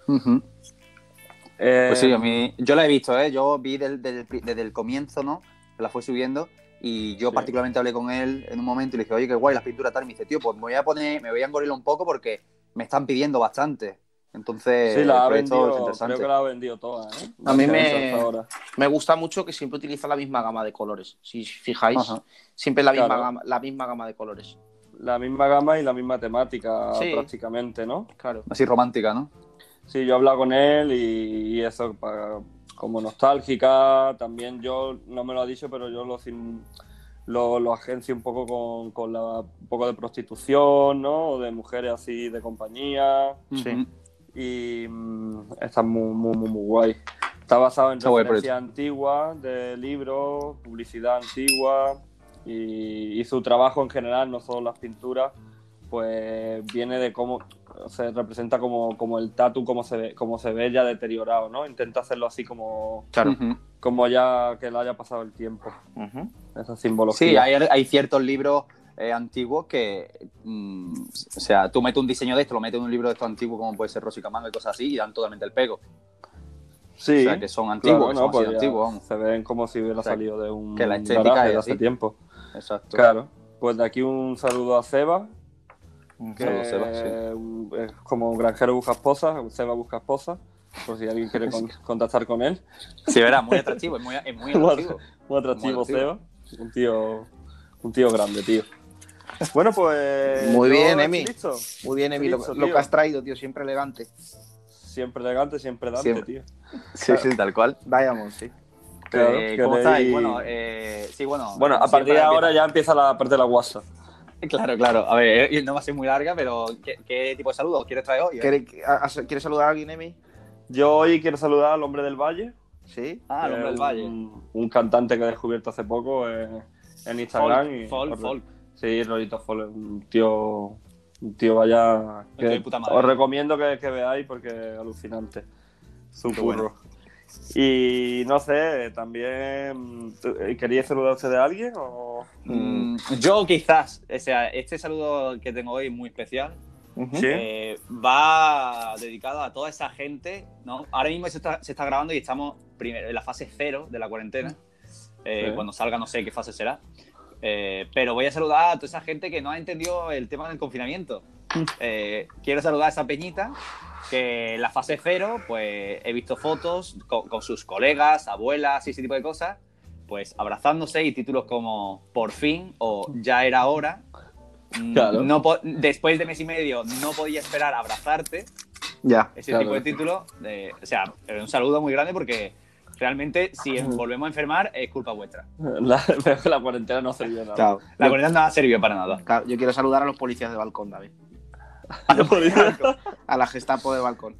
Speaker 2: Ujú.
Speaker 5: Eh,
Speaker 4: Pues sí, a mí-
Speaker 2: mí- yo la he visto, ¿eh? Yo vi del- del- desde el comienzo, ¿no? Que la fue subiendo y yo
Speaker 5: Sí.
Speaker 2: particularmente hablé con él en un momento y le dije, oye, qué guay las pinturas tal. Y me dice, tío, pues me voy a poner, me voy a engorilar un poco porque me están pidiendo bastante. Entonces,
Speaker 5: sí, la ha
Speaker 2: el proyecto es
Speaker 5: vendido,
Speaker 2: interesante.
Speaker 5: creo que la ha vendido toda. ¿eh?
Speaker 1: A mí
Speaker 5: La que
Speaker 1: me-
Speaker 5: ha hecho hasta ahora.
Speaker 1: Me gusta mucho que siempre utiliza la misma gama de colores. Si fijáis,
Speaker 2: Ajá.
Speaker 1: siempre la misma,
Speaker 5: Claro.
Speaker 1: gama, la misma gama de colores.
Speaker 5: La misma gama y la misma temática
Speaker 1: Sí.
Speaker 5: prácticamente, ¿no?
Speaker 1: Claro.
Speaker 2: Así romántica, ¿no?
Speaker 5: Sí, yo he hablado con él y, y eso, pa- como nostálgica, también yo, no me lo ha dicho, pero yo lo, sin- lo, lo agencio un poco con, con la, un poco de prostitución, ¿no? O de mujeres así de compañía.
Speaker 1: Sí.
Speaker 2: Ujú.
Speaker 5: Y mm, está muy, muy, muy, muy guay. Está basado en
Speaker 2: Está guay el
Speaker 5: referencias antiguas de libros, publicidad antigua y, y su trabajo en general, no solo las pinturas, pues viene de cómo se representa como, como el tatu, como se, ve, como se ve ya deteriorado, ¿no? Intenta hacerlo así como,
Speaker 1: Claro.
Speaker 2: Ujú.
Speaker 5: como ya que le haya pasado el tiempo,
Speaker 1: Ujú.
Speaker 5: esa simbología.
Speaker 2: Sí, hay, hay ciertos libros eh, antiguos que, mm, o sea, tú metes un diseño de esto, lo metes en un libro de esto antiguo como puede ser Rosy Camango y cosas así y dan totalmente el pego.
Speaker 5: Sí,
Speaker 2: O sea, que son antiguos,
Speaker 5: claro,
Speaker 2: que
Speaker 5: no,
Speaker 2: son así
Speaker 5: pues
Speaker 2: de
Speaker 5: ya
Speaker 2: antiguos, vamos.
Speaker 5: se ven como si hubiera
Speaker 2: O sea,
Speaker 5: salido de un
Speaker 2: que la estética
Speaker 5: garaje
Speaker 2: es
Speaker 5: de hace
Speaker 2: así.
Speaker 5: tiempo.
Speaker 2: Exacto.
Speaker 5: Claro, pues de aquí un saludo a Seba, que
Speaker 2: Saludos, Seba, sí.
Speaker 5: un- es como granjero busca esposa, Seba busca esposa, por si alguien
Speaker 2: [laughs]
Speaker 5: quiere con- contactar con él.
Speaker 2: Sí, verá, muy atractivo, es muy, es muy
Speaker 5: Muy
Speaker 2: atractivo.
Speaker 5: Muy atractivo,
Speaker 2: Muy
Speaker 5: Seba,
Speaker 2: atractivo.
Speaker 5: un tío, un tío grande, tío. Bueno, pues...
Speaker 1: Muy
Speaker 5: yo
Speaker 1: bien,
Speaker 5: estoy
Speaker 1: Emi.
Speaker 5: listo.
Speaker 1: Muy bien, Emi, lo,
Speaker 5: Listo,
Speaker 1: lo
Speaker 5: tío.
Speaker 1: que has traído, tío, siempre elegante.
Speaker 5: Siempre elegante, siempre dante,
Speaker 2: Siempre. Eh,
Speaker 5: tío.
Speaker 2: Sí, sí, tal cual.
Speaker 1: Diamond, sí.
Speaker 5: Claro,
Speaker 2: Eh,
Speaker 5: que
Speaker 2: ¿Cómo
Speaker 5: de
Speaker 2: estáis?
Speaker 5: ahí-
Speaker 2: Bueno, eh, sí, bueno.
Speaker 5: Bueno, a
Speaker 2: siempre
Speaker 5: partir de
Speaker 2: empieza-
Speaker 5: ahora ya empieza la parte de la guasa.
Speaker 2: Claro, claro. A ver, eh, no va a ser muy larga, pero ¿qué, qué tipo de saludos quieres traer hoy? eh?
Speaker 1: ¿Quieres, a- a- ¿quieres saludar a alguien, Emi?
Speaker 5: Yo hoy quiero saludar al hombre del valle.
Speaker 1: Sí.
Speaker 2: Ah, el
Speaker 5: que
Speaker 2: hombre
Speaker 5: es
Speaker 2: del valle.
Speaker 5: Un, un cantante que he descubierto hace poco eh, en Instagram. y-
Speaker 4: Folk,
Speaker 5: os-
Speaker 4: folk.
Speaker 5: Sí, Rolito Folk, un tío, un tío vaya.
Speaker 4: tío
Speaker 5: que
Speaker 4: de puta madre.
Speaker 5: os recomiendo que, que veáis porque es alucinante. Su
Speaker 2: Qué
Speaker 5: curro.
Speaker 2: bueno.
Speaker 5: Y no sé, también. eh, ¿Queríais saludarse de alguien? O...
Speaker 2: Mm,
Speaker 4: Yo quizás, o sea, este saludo que tengo hoy es muy especial.
Speaker 5: Sí.
Speaker 4: eh, va dedicado a toda esa gente, ¿no? Ahora mismo se está, se está grabando y estamos primero en la fase cero de la cuarentena. Eh,
Speaker 5: Sí.
Speaker 4: Cuando salga no sé qué fase será. Eh, pero voy a saludar a toda esa gente que no ha entendido el tema del confinamiento.
Speaker 5: Mm.
Speaker 4: Eh, quiero saludar a esa peñita que en la fase cero, pues he visto fotos con, con sus colegas, abuelas y ese tipo de cosas, pues abrazándose y títulos como Por fin o Ya era hora. Mm,
Speaker 5: Claro.
Speaker 4: No po- después de mes y medio no podía esperar a abrazarte,
Speaker 1: Ya.
Speaker 4: ese
Speaker 5: Claro.
Speaker 4: tipo de título. de- o sea, pero un saludo muy grande porque realmente si en- volvemos a enfermar es culpa vuestra.
Speaker 5: [laughs] La, la cuarentena no sirvió de nada. [laughs]
Speaker 1: Claro.
Speaker 4: La cuarentena no ha servido para nada.
Speaker 1: Claro, yo quiero saludar a los policías de balcón, David. A la Gestapo de balcón.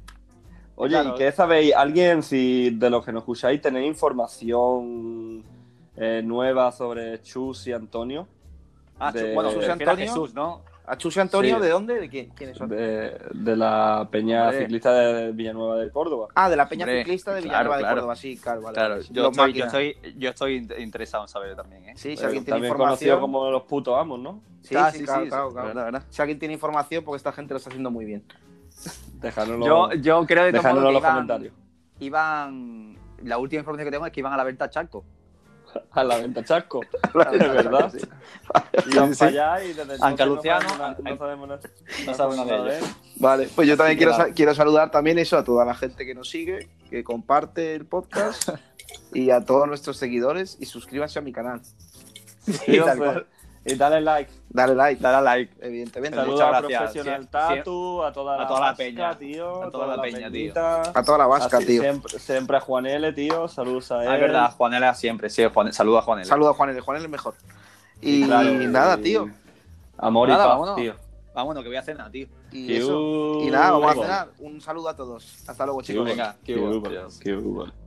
Speaker 5: Oye,
Speaker 1: Claro.
Speaker 5: ¿y qué sabéis? ¿Alguien, si de los que nos escucháis, tenéis información eh, nueva sobre Chus y Antonio?
Speaker 4: Ah,
Speaker 5: De-
Speaker 4: bueno,
Speaker 5: Jesús
Speaker 4: se refiere a
Speaker 1: Antonio.
Speaker 4: Jesús, ¿no?
Speaker 1: ¿A Chus y Antonio
Speaker 5: Sí.
Speaker 1: de dónde? ¿De quién? ¿Quiénes son?
Speaker 5: De, de la peña
Speaker 1: Hombre.
Speaker 5: ciclista de Villanueva de Córdoba.
Speaker 1: Ah, de la Peña
Speaker 2: Hombre,
Speaker 1: Ciclista de
Speaker 2: claro,
Speaker 1: Villanueva de
Speaker 2: claro.
Speaker 1: Córdoba, sí, claro, vale.
Speaker 2: Claro, yo
Speaker 1: Los
Speaker 2: estoy, yo,
Speaker 1: máquinas.
Speaker 2: estoy, yo estoy in- interesado en saber también, ¿eh?
Speaker 1: Sí, si
Speaker 5: Eh,
Speaker 1: alguien tiene
Speaker 5: también conocido
Speaker 1: información.
Speaker 5: como los putos amos, ¿no?
Speaker 1: Sí,
Speaker 2: Ah,
Speaker 1: sí, claro, claro, claro.
Speaker 2: verdad, verdad.
Speaker 1: Si alguien tiene información, porque esta gente lo está haciendo muy bien.
Speaker 5: Dejárnoslo,
Speaker 2: Yo, yo creo de todos
Speaker 5: dejárnoslo
Speaker 2: modos
Speaker 5: en los
Speaker 2: que iban-
Speaker 5: comentarios.
Speaker 2: iban. La última información que tengo es que iban a la venta charco.
Speaker 5: A la
Speaker 1: [laughs]
Speaker 5: venta chasco. Es verdad. Y van para allá y desde entonces
Speaker 2: Anca
Speaker 5: no
Speaker 2: Luciano,
Speaker 5: sabemos nada-
Speaker 2: An-
Speaker 5: no sabemos nada.
Speaker 2: No sabemos nada de ellos.
Speaker 1: Vale, pues yo también
Speaker 2: que
Speaker 1: quiero,
Speaker 2: nada.
Speaker 1: sa- quiero saludar también eso a toda la gente que nos sigue, que comparte el podcast y a todos nuestros seguidores y suscríbanse a mi canal.
Speaker 5: Y, no sé. Y dale like.
Speaker 1: Dale like,
Speaker 2: Dale a like.
Speaker 1: evidentemente.
Speaker 2: Muchas
Speaker 5: Saludos a
Speaker 2: gracias.
Speaker 5: Profesional
Speaker 2: Sie-
Speaker 5: Tatu, a toda la,
Speaker 4: a toda la
Speaker 5: vasca,
Speaker 4: peña.
Speaker 5: tío,
Speaker 4: A toda la peña, tío.
Speaker 5: peñita.
Speaker 1: A toda la vasca,
Speaker 5: Así,
Speaker 1: tío.
Speaker 5: Siempre, siempre a Juan L, tío. Saludos a él.
Speaker 2: Ah, es verdad, Juanela siempre, sí, Juan, saluda a Juanela.
Speaker 1: Saludos a Juanel, Juanel es mejor. Y,
Speaker 5: claro,
Speaker 1: nada,
Speaker 5: y-
Speaker 1: tío.
Speaker 5: Amor
Speaker 2: Nada,
Speaker 5: y paz,
Speaker 2: vámonos.
Speaker 5: tío.
Speaker 2: Vámonos, que voy a cenar, tío.
Speaker 1: Y, eso. y nada, vamos a cenar. Un saludo a todos. Hasta luego,
Speaker 4: Qué
Speaker 1: chicos.
Speaker 4: venga, qué
Speaker 5: Qué
Speaker 4: bueno.
Speaker 5: bueno, qué bueno.